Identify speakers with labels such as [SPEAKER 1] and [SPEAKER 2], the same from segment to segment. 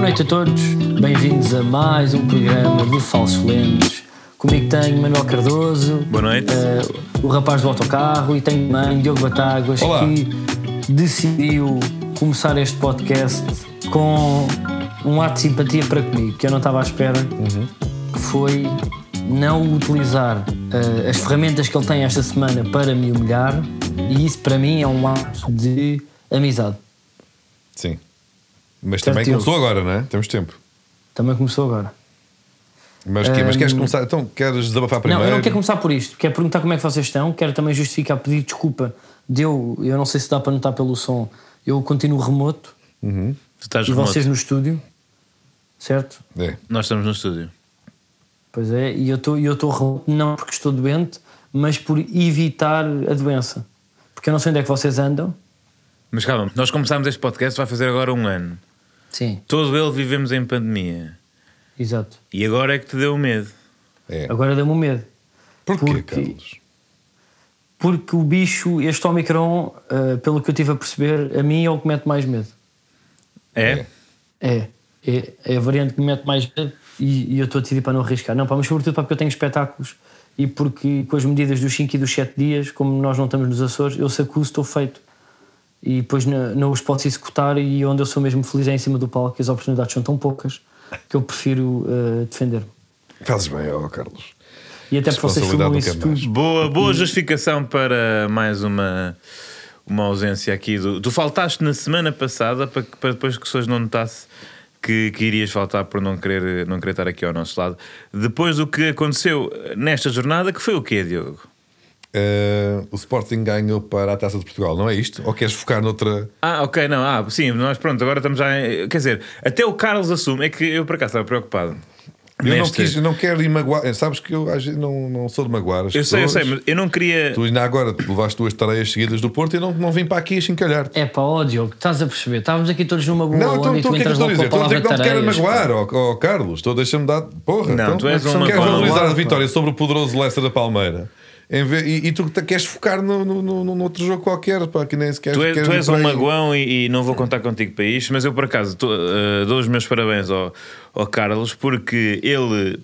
[SPEAKER 1] noite a todos, bem-vindos a mais um programa do Falsos Lentes. Comigo tenho Manuel Cardoso,
[SPEAKER 2] Boa noite.
[SPEAKER 1] eh, o rapaz do autocarro, e tenho também Diogo Batáguas,
[SPEAKER 3] Olá.
[SPEAKER 1] que decidiu começar este podcast com um ato de simpatia para comigo, que eu não estava à espera,
[SPEAKER 2] Uhum.
[SPEAKER 1] que foi não utilizar eh, as ferramentas que ele tem esta semana para me humilhar, e isso para mim é um ato de amizade.
[SPEAKER 3] Sim. Mas
[SPEAKER 1] Certo,
[SPEAKER 3] também
[SPEAKER 1] Diogo.
[SPEAKER 3] começou agora, não é? Temos tempo.
[SPEAKER 1] Também começou agora.
[SPEAKER 3] Mas, que- mas queres começar? Então queres desabafar primeiro?
[SPEAKER 1] Não, eu não quero começar por isto. Quero perguntar como é que vocês estão. Quero também justificar, pedir desculpa. Deu, eu não sei se dá para notar pelo som. Eu continuo remoto
[SPEAKER 2] Tu estás
[SPEAKER 1] e
[SPEAKER 2] remoto.
[SPEAKER 1] vocês no estúdio, certo?
[SPEAKER 3] É.
[SPEAKER 2] Nós estamos no estúdio.
[SPEAKER 1] Pois é, e eu estou eu estou remoto não porque estou doente, mas por evitar a doença. Porque eu não sei onde é que vocês andam.
[SPEAKER 2] Mas calma, nós começámos este podcast, vai fazer agora um ano.
[SPEAKER 1] Sim,
[SPEAKER 2] Todo ele vivemos em pandemia.
[SPEAKER 1] exato.
[SPEAKER 2] E agora é que te deu medo.
[SPEAKER 3] é.
[SPEAKER 1] Agora dá-me um medo.
[SPEAKER 3] Porquê,
[SPEAKER 1] porque-
[SPEAKER 3] Carlos?
[SPEAKER 1] Porque o bicho, este Omicron, eh, pelo que eu estive a perceber, a mim é o que mete mais medo.
[SPEAKER 2] É?
[SPEAKER 3] É.
[SPEAKER 1] É, é, é a variante que me mete mais medo e, e eu estou a decidir para não arriscar. Não, pá, mas sobretudo pá, porque eu tenho espetáculos e porque com as medidas dos 5 e dos 7 dias, como nós não estamos nos Açores, eu se acuso, estou feito. E depois na- não os posso executar e onde eu sou mesmo feliz é em cima do palco e as oportunidades são tão poucas que eu prefiro eh, defender-me.
[SPEAKER 3] Fazes bem, ó Carlos.
[SPEAKER 1] E até porque vocês
[SPEAKER 3] Responsabilidade
[SPEAKER 1] filmam
[SPEAKER 3] não
[SPEAKER 1] isso
[SPEAKER 3] quer
[SPEAKER 1] tudo.
[SPEAKER 3] mais.
[SPEAKER 2] Boa, boa justificação para mais uma, uma ausência aqui. Do, tu faltaste na semana passada para, que- para depois que as pessoas não notassem que, que irias faltar por não querer, não querer estar aqui ao nosso lado. Depois do que aconteceu nesta jornada, que foi o quê, Diogo?
[SPEAKER 3] Ah, o Sporting ganhou para a Taça de Portugal, não é isto? Ou queres focar noutra.
[SPEAKER 2] Ah, ok, não. Ah, sim, nós pronto, agora estamos já. em- Quer dizer, até o Carlos assume. É que eu por acaso estava preocupado.
[SPEAKER 3] Eu não,
[SPEAKER 2] Neste-
[SPEAKER 3] quis, eu não quero ir magoar. Eh, Sabes que eu às vezes, não, não sou de magoar. As
[SPEAKER 2] Eu sei, eu sei,
[SPEAKER 3] pessoas.
[SPEAKER 2] mas eu não queria.
[SPEAKER 3] Tu ainda agora te levaste duas tareias seguidas do Porto e não, não vim para aqui a chincalhar.
[SPEAKER 1] É pá, ó Diogo, estás a perceber? Estávamos aqui todos numa boa
[SPEAKER 3] Não,
[SPEAKER 1] onda
[SPEAKER 3] então
[SPEAKER 1] e
[SPEAKER 3] então
[SPEAKER 1] tu
[SPEAKER 3] o que é que eu
[SPEAKER 1] entras
[SPEAKER 3] estou
[SPEAKER 1] logo com
[SPEAKER 3] a dizer?
[SPEAKER 1] a palavra
[SPEAKER 3] Estou a dizer que um não te quero
[SPEAKER 1] tareias, pá.
[SPEAKER 3] magoar, ó ó, Carlos. Estou a deixar-me dar. Porra,
[SPEAKER 2] Não,
[SPEAKER 3] então,
[SPEAKER 2] tu és um uma
[SPEAKER 3] Queres
[SPEAKER 2] coisa.
[SPEAKER 3] valorizar a
[SPEAKER 1] Claro,
[SPEAKER 3] vitória
[SPEAKER 1] claro.
[SPEAKER 3] sobre o poderoso Leicester da Palmeira. Em vez- e, e tu te- queres focar no, no, no, no outro jogo qualquer, pá, que nem sequer
[SPEAKER 2] Tu, é-
[SPEAKER 3] queres
[SPEAKER 2] tu
[SPEAKER 3] ir
[SPEAKER 2] és
[SPEAKER 3] para
[SPEAKER 2] um
[SPEAKER 3] aí.
[SPEAKER 2] magoão e, e não vou contar contigo para isto, mas eu por acaso tô, eh, dou os meus parabéns ao, ao Carlos porque ele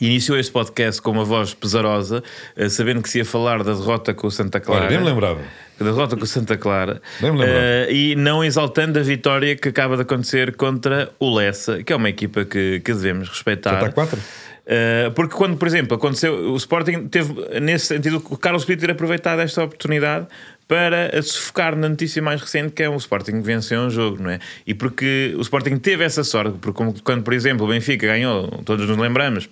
[SPEAKER 2] iniciou este podcast com uma voz pesarosa, eh, sabendo que se ia falar da derrota com o Santa Clara.
[SPEAKER 3] Olha, nem me lembrava.
[SPEAKER 2] Da derrota com o Santa Clara.
[SPEAKER 3] Nem me lembrava.
[SPEAKER 2] Eh, e não exaltando a vitória que acaba de acontecer contra o Lessa, que é uma equipa que, que devemos respeitar.
[SPEAKER 3] Já está quatro?
[SPEAKER 2] Uh, porque quando, por exemplo, aconteceu o Sporting teve nesse sentido o Carlos podia ter aproveitado esta oportunidade para se focar na notícia mais recente que é o Sporting venceu um jogo, não é? E porque o Sporting teve essa sorte, porque como- quando, por exemplo, o Benfica ganhou, todos nos lembramos,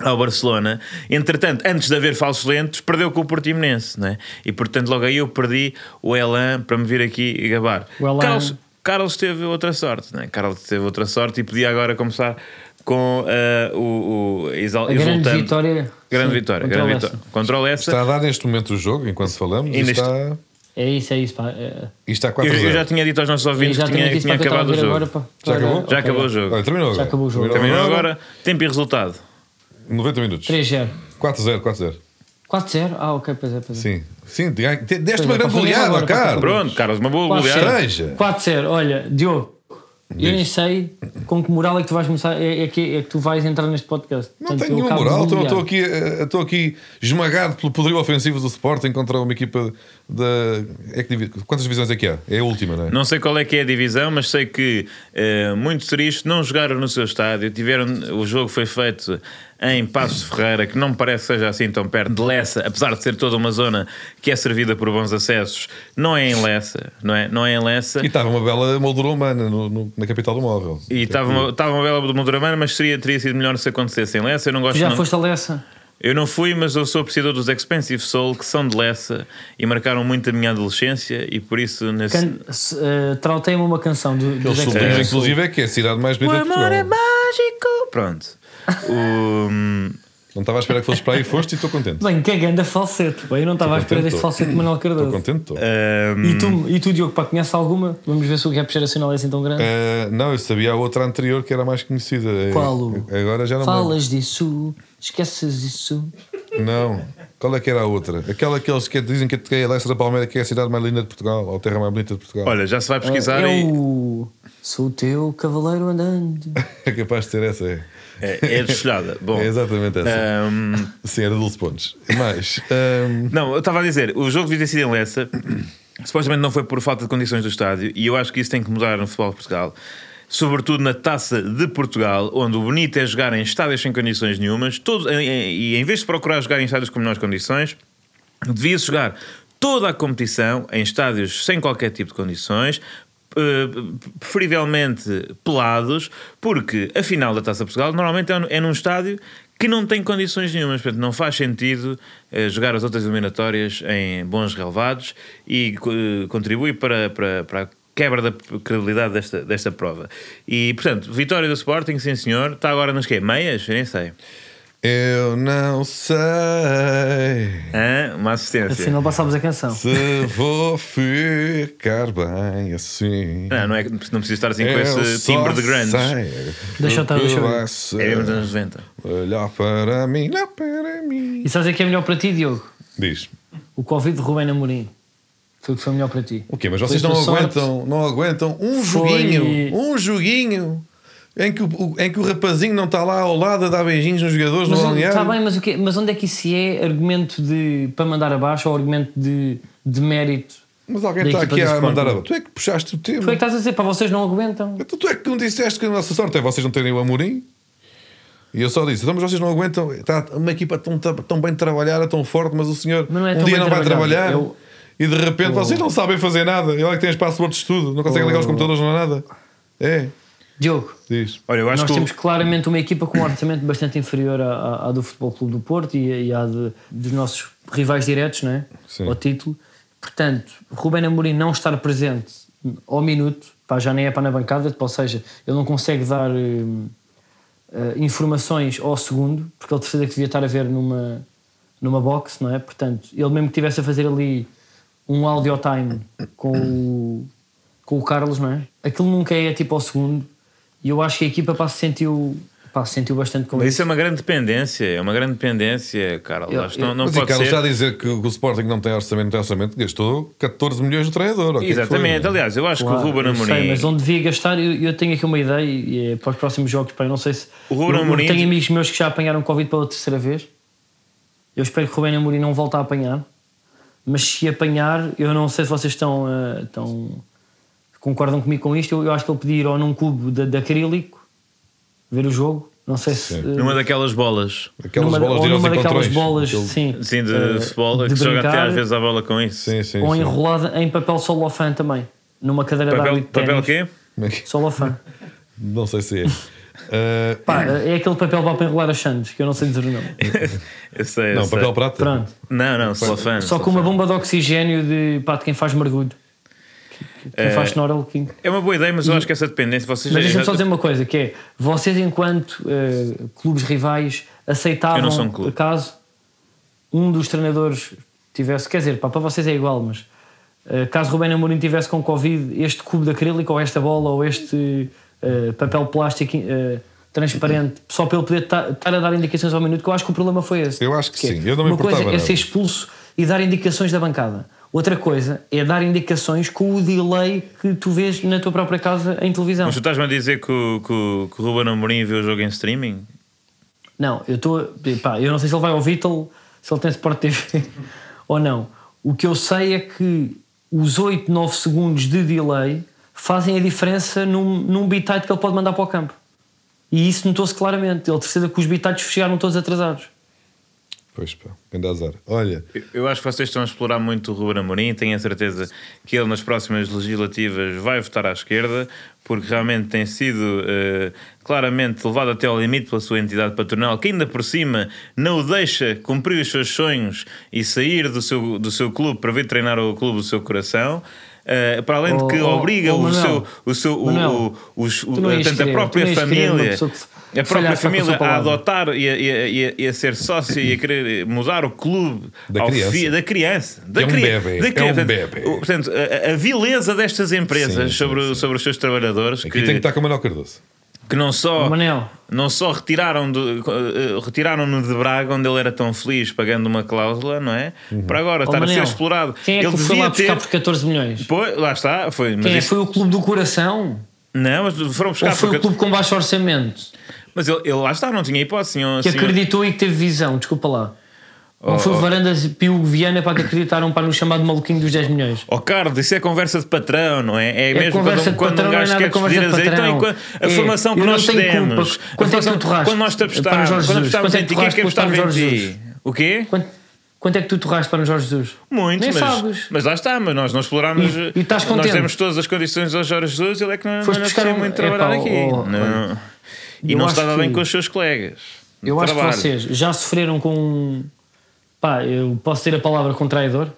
[SPEAKER 2] ao Barcelona, entretanto, antes de haver falsos lentes, perdeu com o Portimonense, não é? E portanto, logo aí eu perdi o Elan para me vir aqui e gabar.
[SPEAKER 1] O Elan-
[SPEAKER 2] Carlos, Carlos teve outra sorte, né? Carlos teve outra sorte e podia agora começar com ah, o, o exal,
[SPEAKER 1] A grande
[SPEAKER 2] exultante-
[SPEAKER 1] vitória.
[SPEAKER 2] grande
[SPEAKER 1] sim,
[SPEAKER 2] vitória,
[SPEAKER 1] contra o
[SPEAKER 2] grande
[SPEAKER 1] Leicester.
[SPEAKER 2] vitória. Contra o Leicester.
[SPEAKER 3] Está a dar neste momento o jogo, enquanto falamos, e,
[SPEAKER 2] E neste-
[SPEAKER 3] está,
[SPEAKER 1] É isso, é isso, pá. É-
[SPEAKER 3] e está
[SPEAKER 2] Eu,
[SPEAKER 3] 4
[SPEAKER 2] eu já
[SPEAKER 3] já,
[SPEAKER 2] tinha dito aos nossos ouvintes
[SPEAKER 1] já
[SPEAKER 2] que tinha,
[SPEAKER 1] tinha, dito
[SPEAKER 2] tinha
[SPEAKER 1] para é que eu
[SPEAKER 2] acabado o
[SPEAKER 1] estava
[SPEAKER 2] jogo.
[SPEAKER 1] a ver agora para-
[SPEAKER 3] Já acabou?
[SPEAKER 1] para-
[SPEAKER 2] Já acabou o
[SPEAKER 1] ok.
[SPEAKER 2] jogo.
[SPEAKER 3] Olha, terminou
[SPEAKER 1] Já
[SPEAKER 3] agora.
[SPEAKER 1] acabou o jogo.
[SPEAKER 2] Terminou agora, tempo e resultado.
[SPEAKER 3] 90 minutos.
[SPEAKER 1] 3-0.
[SPEAKER 3] 4-0, 4-0.
[SPEAKER 1] 4-0? Ah, ok, pois é, pois é.
[SPEAKER 3] Sim. Sim, te ganha- te- deste
[SPEAKER 1] Pois é,
[SPEAKER 3] uma grande
[SPEAKER 1] para terminar
[SPEAKER 3] goleada,
[SPEAKER 1] agora, para
[SPEAKER 3] cara.
[SPEAKER 1] terminar.
[SPEAKER 2] Pronto, Carlos, uma boa goleada.
[SPEAKER 1] 4-0.
[SPEAKER 3] Esteja.
[SPEAKER 1] 4-0. Olha, Diogo, eu nem
[SPEAKER 3] Diz.
[SPEAKER 1] sei com que moral é que tu vais começar, é, é que, é que tu vais entrar neste podcast.
[SPEAKER 3] Não
[SPEAKER 1] Portanto,
[SPEAKER 3] tenho
[SPEAKER 1] eu
[SPEAKER 3] nenhuma
[SPEAKER 1] acabo de
[SPEAKER 3] moral, estou estou
[SPEAKER 1] humilhar.
[SPEAKER 3] aqui, eh, estou aqui esmagado pelo poderio ofensivo do Sporting contra uma equipa da. é que divi- quantas divisões é que há? É a última, não é?
[SPEAKER 2] Não sei qual é que é a divisão, mas sei que eh, muito triste, não jogaram no seu estádio, tiveram, o jogo foi feito em Passo Ferreira, que não me parece que seja assim tão perto de Lessa, apesar de ser toda uma zona que é servida por bons acessos, não é em Lessa, não é, não é em Lessa.
[SPEAKER 3] E estava uma bela moldura humana no- no- na capital do móvel.
[SPEAKER 2] E estava uma, estava uma bela moduramana, mas seria, teria sido melhor se acontecesse em Lessa. Eu não gosto
[SPEAKER 1] Tu já
[SPEAKER 2] não-
[SPEAKER 1] foste a Lessa?
[SPEAKER 2] Eu não fui, mas eu sou apreciador dos Expensive Soul, que são de Lessa e marcaram muito a minha adolescência, e por isso nesse.
[SPEAKER 1] Can... se- eh, Trautei-me uma canção do, do
[SPEAKER 3] Eles
[SPEAKER 1] Jack
[SPEAKER 3] sublinham,
[SPEAKER 1] Jackson.
[SPEAKER 3] inclusive, é que é a cidade mais bonita de
[SPEAKER 2] é
[SPEAKER 3] Portugal.
[SPEAKER 2] mágico! Pronto. hum, O-
[SPEAKER 3] Não estava à espera que fosses para aí, foste e estou contente.
[SPEAKER 1] Bem, que é grande falsete. pá, Eu não estava à espera
[SPEAKER 3] contente,
[SPEAKER 1] deste
[SPEAKER 3] estou.
[SPEAKER 1] falsete de Manuel
[SPEAKER 3] Estou
[SPEAKER 1] Cardoso.
[SPEAKER 3] contente,
[SPEAKER 2] É.
[SPEAKER 3] Hum. estou.
[SPEAKER 2] Ahm,
[SPEAKER 1] E tu, e tu, Diogo, pá, conhece alguma? Vamos ver se o gap geracional é assim tão grande.
[SPEAKER 3] Eh, não, eu sabia a outra anterior que era mais conhecida. Eh,
[SPEAKER 1] Qual?
[SPEAKER 3] Agora já não me
[SPEAKER 1] Falas disso, esqueces isso.
[SPEAKER 3] lembro. Não. Qual é que era a outra? Aquela que eles que dizem que a Leicester da Palmeira que é a cidade mais linda de Portugal, ou a terra mais bonita de Portugal.
[SPEAKER 2] Olha, já se vai pesquisar e.
[SPEAKER 3] um-
[SPEAKER 1] Eu sou o teu cavaleiro andante.
[SPEAKER 3] É capaz de ser essa, é.
[SPEAKER 2] É, é desfolhada. Bom.
[SPEAKER 3] É exatamente essa.
[SPEAKER 2] ahm,
[SPEAKER 3] Sim, era Dulce Pontes. Mas. hum,
[SPEAKER 2] Não, eu estava a dizer, o jogo devia ter sido em Lessa, supostamente não foi por falta de condições do estádio, e eu acho que isso tem que mudar no futebol de Portugal. Sobretudo na taça de Portugal, onde o bonito é jogar em estádios sem condições nenhumas, todo, em- em- e em vez de procurar jogar em estádios com melhores condições, devia-se jogar toda a competição em estádios sem qualquer tipo de condições. eh, Preferivelmente pelados, porque a final da Taça de Portugal normalmente é num- é num estádio que não tem condições nenhumas, portanto não faz sentido eh, jogar as outras eliminatórias em bons relevados e eh, contribui para, para, para a quebra da credibilidade desta, desta prova. E portanto, vitória do Sporting, sim senhor, está agora nas quê? Meias? Eu nem sei.
[SPEAKER 3] eu não sei
[SPEAKER 2] Hã? Uma assistência.
[SPEAKER 1] Afinal, passámos Assim a canção.
[SPEAKER 3] se vou ficar bem assim.
[SPEAKER 2] Não, não, é, não precisa estar assim com
[SPEAKER 3] Eu
[SPEAKER 2] esse
[SPEAKER 3] só
[SPEAKER 2] timbre de grandes.
[SPEAKER 3] sei
[SPEAKER 1] Deixa eu estar,
[SPEAKER 3] o que
[SPEAKER 1] deixa eu ver.
[SPEAKER 3] vai ser.
[SPEAKER 2] É mesmo dos anos 90.
[SPEAKER 3] Olhar para mim, olhar para mim.
[SPEAKER 1] E sabes o que é melhor para ti, Diogo?
[SPEAKER 3] Diz.
[SPEAKER 1] O Covid de Rubén Amorim. Foi o que foi melhor para ti.
[SPEAKER 3] O quê? Mas vocês
[SPEAKER 1] Foi
[SPEAKER 3] não
[SPEAKER 1] a tua sorte.
[SPEAKER 3] aguentam, não aguentam um
[SPEAKER 1] Foi-
[SPEAKER 3] joguinho, um joguinho em que o, o- em que o rapazinho não está lá ao lado a dar beijinhos nos jogadores, no
[SPEAKER 1] Mas,
[SPEAKER 3] balneário.
[SPEAKER 1] está bem, mas, o quê? mas onde é que isso é argumento de para mandar abaixo ou argumento de, de mérito?
[SPEAKER 3] Mas alguém
[SPEAKER 1] da
[SPEAKER 3] está
[SPEAKER 1] equipa
[SPEAKER 3] aqui
[SPEAKER 1] do
[SPEAKER 3] a mandar
[SPEAKER 1] Sporting?
[SPEAKER 3] a... Tu é que puxaste o
[SPEAKER 1] Tu é que
[SPEAKER 3] tema.
[SPEAKER 1] estás a dizer, para vocês não aguentam.
[SPEAKER 3] Então tu é que me disseste que a nossa sorte é vocês não terem o Amorim. E eu só disse, então, mas vocês não aguentam. Está uma equipa tão, tra- tão bem trabalhada, tão forte, mas o senhor
[SPEAKER 1] Mas não é
[SPEAKER 3] um
[SPEAKER 1] tão
[SPEAKER 3] dia
[SPEAKER 1] bem
[SPEAKER 3] não vai
[SPEAKER 1] trabalhada.
[SPEAKER 3] trabalhar.
[SPEAKER 1] Eu- Oh.
[SPEAKER 3] E de repente vocês não sabem fazer nada. E olha que tem espaço de estudo, não conseguem ligar os computadores, não é nada. É,
[SPEAKER 1] Diogo,
[SPEAKER 3] diz.
[SPEAKER 2] Olha, eu acho
[SPEAKER 1] nós
[SPEAKER 2] que. o-
[SPEAKER 1] temos claramente uma equipa com um orçamento bastante inferior à, à- à do Futebol Clube do Porto e, e à de- dos nossos rivais diretos, não é?
[SPEAKER 3] Sim.
[SPEAKER 1] Ao título. Portanto, Rubén Amorim não estar presente ao minuto, pá, já nem é para na bancada, ou seja, ele não consegue dar hum, eh, informações ao segundo, porque ele de certeza que devia estar a ver numa, numa box, não é? Portanto, ele mesmo que tivesse a fazer ali um audio time com o, com o Carlos, não é? Aquilo nunca é tipo ao segundo, e eu acho que a equipa pá, se sentiu, pá, se sentiu bastante com
[SPEAKER 2] Mas
[SPEAKER 1] isso.
[SPEAKER 2] isso é uma grande dependência, é uma grande dependência, Carlos.
[SPEAKER 1] Eu-
[SPEAKER 2] Acho que não,
[SPEAKER 1] eu-
[SPEAKER 2] não
[SPEAKER 3] Mas e
[SPEAKER 2] pode
[SPEAKER 3] Carlos está a
[SPEAKER 2] ser.
[SPEAKER 3] dizer que o Sporting não tem orçamento, não tem orçamento, gastou 14 milhões no treinador. ou o que é que foi?
[SPEAKER 2] Exatamente, aliás, eu acho
[SPEAKER 1] Claro,
[SPEAKER 2] que o Ruben
[SPEAKER 1] eu sei,
[SPEAKER 2] Amorim.
[SPEAKER 1] mas onde devia gastar, eu, eu tenho aqui uma ideia e é para os próximos jogos, para eu não sei se.
[SPEAKER 2] O Ruben
[SPEAKER 1] eu- eu
[SPEAKER 2] Amorim-
[SPEAKER 1] Tenho amigos meus que já apanharam Covid pela terceira vez. Eu espero que o Rubén Amorim não volte a apanhar. Mas se apanhar, eu não sei se vocês estão. eh, estão concordam comigo com isto. Eu, eu acho que ele podia ir ou num cubo de, de acrílico ver o jogo. Não sei se.
[SPEAKER 3] Sim.
[SPEAKER 1] eh,
[SPEAKER 2] Numa daquelas bolas.
[SPEAKER 3] Aquelas
[SPEAKER 1] numa-
[SPEAKER 3] bolas de
[SPEAKER 1] ou
[SPEAKER 3] ir aos
[SPEAKER 1] numa daquelas
[SPEAKER 3] encontrões.
[SPEAKER 1] bolas,
[SPEAKER 3] Aquele-
[SPEAKER 1] sim.
[SPEAKER 2] Assim, de
[SPEAKER 1] eh,
[SPEAKER 2] futebol,
[SPEAKER 1] de
[SPEAKER 2] que joga até
[SPEAKER 1] brincar,
[SPEAKER 2] às vezes a bola com isso.
[SPEAKER 3] Sim, sim.
[SPEAKER 1] Ou
[SPEAKER 3] sim.
[SPEAKER 1] enrolada em papel celofane também. Numa cadeira de árbitro
[SPEAKER 2] Papel,
[SPEAKER 1] de
[SPEAKER 2] papel o
[SPEAKER 1] ténis.
[SPEAKER 2] quê?
[SPEAKER 3] Como é que-
[SPEAKER 1] Celofane.
[SPEAKER 3] Não sei se é. Ah,
[SPEAKER 1] Pá, é aquele papel lá para enrolar as sandes, que eu não sei dizer o nome.
[SPEAKER 2] É. Eu sei, eu
[SPEAKER 3] não,
[SPEAKER 2] sei.
[SPEAKER 3] papel prata.
[SPEAKER 1] Pronto.
[SPEAKER 2] Não, não, celofane.
[SPEAKER 1] Só com uma bomba de oxigênio de, pá, de quem faz mergulho. Quem faz snorkel. Quem...
[SPEAKER 2] É uma boa ideia, mas eu acho que essa dependência vocês
[SPEAKER 1] Mas deixa-me
[SPEAKER 2] já,
[SPEAKER 1] só dizer uma coisa, que é, vocês enquanto eh, clubes rivais aceitavam,
[SPEAKER 2] Eu não sou um clube.
[SPEAKER 1] caso um dos treinadores tivesse, quer dizer, pá, para vocês é igual, mas eh, caso Rubén Amorim tivesse com Covid este cubo de acrílico ou esta bola ou este eh, papel plástico eh, transparente, só para ele poder ta- estar a dar indicações ao minuto, que eu acho que o problema foi esse.
[SPEAKER 3] Eu acho que
[SPEAKER 1] é,
[SPEAKER 3] sim, eu não me
[SPEAKER 1] Uma coisa
[SPEAKER 3] importava
[SPEAKER 1] é
[SPEAKER 3] nada.
[SPEAKER 1] ser expulso e dar indicações da bancada. Outra coisa é dar indicações com o delay que tu vês na tua própria casa em televisão.
[SPEAKER 2] Mas tu estás-me a dizer que o, que, o, que o Ruben Amorim viu o jogo em streaming?
[SPEAKER 1] Não, eu estou. pá, Eu não sei se ele vai ao Vital, se ele tem Sport TV ou não. O que eu sei é que os 8, 9 segundos de delay fazem a diferença num, num bitite que ele pode mandar para o campo. E isso notou-se claramente. Ele terceira que os bitites chegaram todos atrasados.
[SPEAKER 3] Pois pá, grande azar. Olha,
[SPEAKER 2] Eu- Eu acho que vocês estão a explorar muito o Ruben Amorim. Tenho a certeza que ele nas próximas legislativas vai votar à esquerda, porque realmente tem sido eh, claramente levado até ao limite pela sua entidade patronal, que ainda por cima não o deixa cumprir os seus sonhos e sair do seu, do seu clube para vir treinar o clube do seu coração. Eh, para além de
[SPEAKER 1] Oh,
[SPEAKER 2] que
[SPEAKER 1] oh,
[SPEAKER 2] obriga
[SPEAKER 1] oh,
[SPEAKER 2] o
[SPEAKER 1] Manuel.
[SPEAKER 2] seu, o seu o-
[SPEAKER 1] Manuel,
[SPEAKER 2] o- os- o-
[SPEAKER 1] tu não ias
[SPEAKER 2] portanto, a
[SPEAKER 1] querer, tu
[SPEAKER 2] própria
[SPEAKER 1] não ias querer uma
[SPEAKER 2] família
[SPEAKER 1] pessoa que
[SPEAKER 2] a própria
[SPEAKER 1] falhasse com a
[SPEAKER 2] família
[SPEAKER 1] sua
[SPEAKER 2] a
[SPEAKER 1] palavra.
[SPEAKER 2] adotar e a, e a- e a- e a ser sócia e a querer mudar o clube
[SPEAKER 3] Da
[SPEAKER 2] ao
[SPEAKER 3] criança.
[SPEAKER 2] da criança. Da
[SPEAKER 3] É um
[SPEAKER 2] cri-
[SPEAKER 3] bebé,
[SPEAKER 2] da criança.
[SPEAKER 3] é um
[SPEAKER 2] Portanto,
[SPEAKER 3] bebé.
[SPEAKER 2] o- Portanto, a, a vileza destas empresas
[SPEAKER 3] Sim, sim,
[SPEAKER 2] sobre, o- sobre os seus trabalhadores
[SPEAKER 3] tá- aqui tem que estar com o Manuel Cardoso.
[SPEAKER 2] que não só,
[SPEAKER 1] Manel.
[SPEAKER 2] não só retiraram, do- eh, retiraram-no de Braga, onde ele era tão feliz, pagando uma cláusula, não é?
[SPEAKER 3] Uhum.
[SPEAKER 2] Para
[SPEAKER 1] Ó,
[SPEAKER 2] agora estar a ser
[SPEAKER 1] Oh, Manel,
[SPEAKER 2] explorado.
[SPEAKER 1] Quem é que
[SPEAKER 2] ele
[SPEAKER 1] o foi lá
[SPEAKER 2] devia
[SPEAKER 1] buscar
[SPEAKER 2] ter-
[SPEAKER 1] por 14 milhões?
[SPEAKER 2] Pois, lá está, foi. Mas
[SPEAKER 1] Quem é?
[SPEAKER 2] isso-
[SPEAKER 1] Foi o clube do coração?
[SPEAKER 2] Não, mas foram
[SPEAKER 1] Ou
[SPEAKER 2] buscar.
[SPEAKER 1] foi
[SPEAKER 2] porque-
[SPEAKER 1] o clube com baixo orçamento?
[SPEAKER 2] Mas ele, ele lá está, não tinha hipótese. Senhor,
[SPEAKER 1] Que
[SPEAKER 2] senhor-
[SPEAKER 1] acreditou e que teve visão, desculpa lá.
[SPEAKER 2] Oh,
[SPEAKER 1] Não foi
[SPEAKER 2] Assim, oh.
[SPEAKER 1] o Varandas e Pio Viana para que acreditaram para nos chamar de maluquinho dos 10 milhões?
[SPEAKER 2] Oh, Carlos, isso é conversa de patrão, não é? É, mesmo
[SPEAKER 1] conversa de
[SPEAKER 2] quando, quando
[SPEAKER 1] patrão,
[SPEAKER 2] um
[SPEAKER 1] não é
[SPEAKER 2] gajo
[SPEAKER 1] nada
[SPEAKER 2] quer
[SPEAKER 1] conversa
[SPEAKER 2] despedir a
[SPEAKER 1] de
[SPEAKER 2] dizer, então,
[SPEAKER 1] patrão.
[SPEAKER 2] e qua- a
[SPEAKER 1] É,
[SPEAKER 2] formação que
[SPEAKER 1] eu não
[SPEAKER 2] nós
[SPEAKER 1] tenho
[SPEAKER 2] demos.
[SPEAKER 1] culpa.
[SPEAKER 2] a
[SPEAKER 1] Quanto é que
[SPEAKER 2] formação-
[SPEAKER 1] tu torraste
[SPEAKER 2] Quando nós te
[SPEAKER 1] para
[SPEAKER 2] apostámos,
[SPEAKER 1] Jorge
[SPEAKER 2] quando
[SPEAKER 1] Jesus?
[SPEAKER 2] apostámos
[SPEAKER 1] Quanto é
[SPEAKER 2] em
[SPEAKER 1] que
[SPEAKER 2] ti, quem é que
[SPEAKER 1] torraste
[SPEAKER 2] apostava
[SPEAKER 1] para
[SPEAKER 2] em
[SPEAKER 1] Jorge
[SPEAKER 2] ti?
[SPEAKER 1] Jesus?
[SPEAKER 2] O quê?
[SPEAKER 1] Quanto, quanto é que tu torraste para o Jorge Jesus?
[SPEAKER 2] Muito,
[SPEAKER 1] Nem
[SPEAKER 2] mas,
[SPEAKER 1] sabes.
[SPEAKER 2] mas lá está, mas nós não explorámos.
[SPEAKER 1] E- e estás
[SPEAKER 2] nós
[SPEAKER 1] contente?
[SPEAKER 2] temos todas as condições ao Jorge Jesus, ele é que não,
[SPEAKER 1] Foste
[SPEAKER 2] não
[SPEAKER 1] buscar
[SPEAKER 2] precisa
[SPEAKER 1] um-
[SPEAKER 2] muito trabalhar
[SPEAKER 1] Epá,
[SPEAKER 2] aqui.
[SPEAKER 1] oh,
[SPEAKER 2] Não. E
[SPEAKER 1] eu
[SPEAKER 2] não
[SPEAKER 1] acho
[SPEAKER 2] estava bem
[SPEAKER 1] que-
[SPEAKER 2] com os seus colegas. de
[SPEAKER 1] Eu acho que
[SPEAKER 2] trabalho.
[SPEAKER 1] vocês já sofreram com. um, Pá, eu posso ter a palavra com traidor?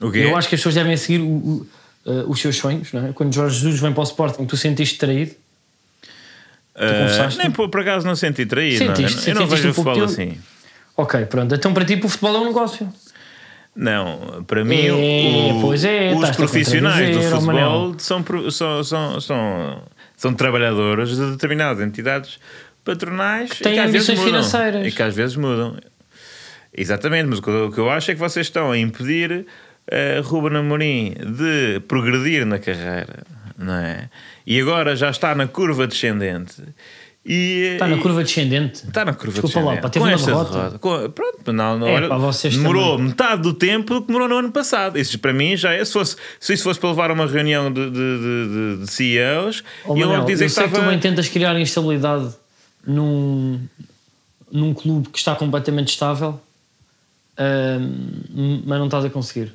[SPEAKER 2] O quê?
[SPEAKER 1] Eu acho que as pessoas devem seguir o- o- eh, os seus sonhos, não é? Quando Jorge Jesus vem para o Sporting, tu sentiste traído?
[SPEAKER 2] Ah,
[SPEAKER 1] confessaste?
[SPEAKER 2] nem por, por acaso não senti traído.
[SPEAKER 1] Sentiste-
[SPEAKER 2] não. é? Eu
[SPEAKER 1] sentiste
[SPEAKER 2] não vejo
[SPEAKER 1] um
[SPEAKER 2] o futebol
[SPEAKER 1] pouco teu-
[SPEAKER 2] assim.
[SPEAKER 1] Ok, pronto. Então para ti, o futebol é um negócio.
[SPEAKER 2] Não, para mim,
[SPEAKER 1] É,
[SPEAKER 2] o-
[SPEAKER 1] pois é,
[SPEAKER 2] os
[SPEAKER 1] estás-te a
[SPEAKER 2] profissionais do
[SPEAKER 1] contradizer, oh,
[SPEAKER 2] futebol
[SPEAKER 1] Manel.
[SPEAKER 2] são, pro- são, são, são, são trabalhadores de determinadas entidades patronais que
[SPEAKER 1] têm
[SPEAKER 2] e que às vezes
[SPEAKER 1] ambições
[SPEAKER 2] mudam.
[SPEAKER 1] financeiras.
[SPEAKER 2] E que às vezes mudam. Exatamente, mas o que eu- o que eu acho é que vocês estão a impedir eh, Ruben Amorim de progredir na carreira, não é? E agora já está na curva descendente. E,
[SPEAKER 1] Está na
[SPEAKER 2] e-
[SPEAKER 1] curva descendente.
[SPEAKER 2] Está Tá na curva
[SPEAKER 1] Desculpa lá,
[SPEAKER 2] descendente.
[SPEAKER 1] pá, teve
[SPEAKER 2] Com
[SPEAKER 1] uma
[SPEAKER 2] esta
[SPEAKER 1] derrota.
[SPEAKER 2] Com- pronto, não, não,
[SPEAKER 1] É,
[SPEAKER 2] olha,
[SPEAKER 1] pá, vocês
[SPEAKER 2] demorou metade do tempo do que demorou no ano passado. Isso para mim já é. Se, fosse, se isso fosse para levar a uma reunião de, de, de, de- de CEOs,
[SPEAKER 1] Oh,
[SPEAKER 2] e eu
[SPEAKER 1] Manel,
[SPEAKER 2] logo dizer
[SPEAKER 1] eu
[SPEAKER 2] que
[SPEAKER 1] sei que tu
[SPEAKER 2] estava.
[SPEAKER 1] bem tentas criar instabilidade num, num clube que está completamente estável, ahm, mas não estás a conseguir.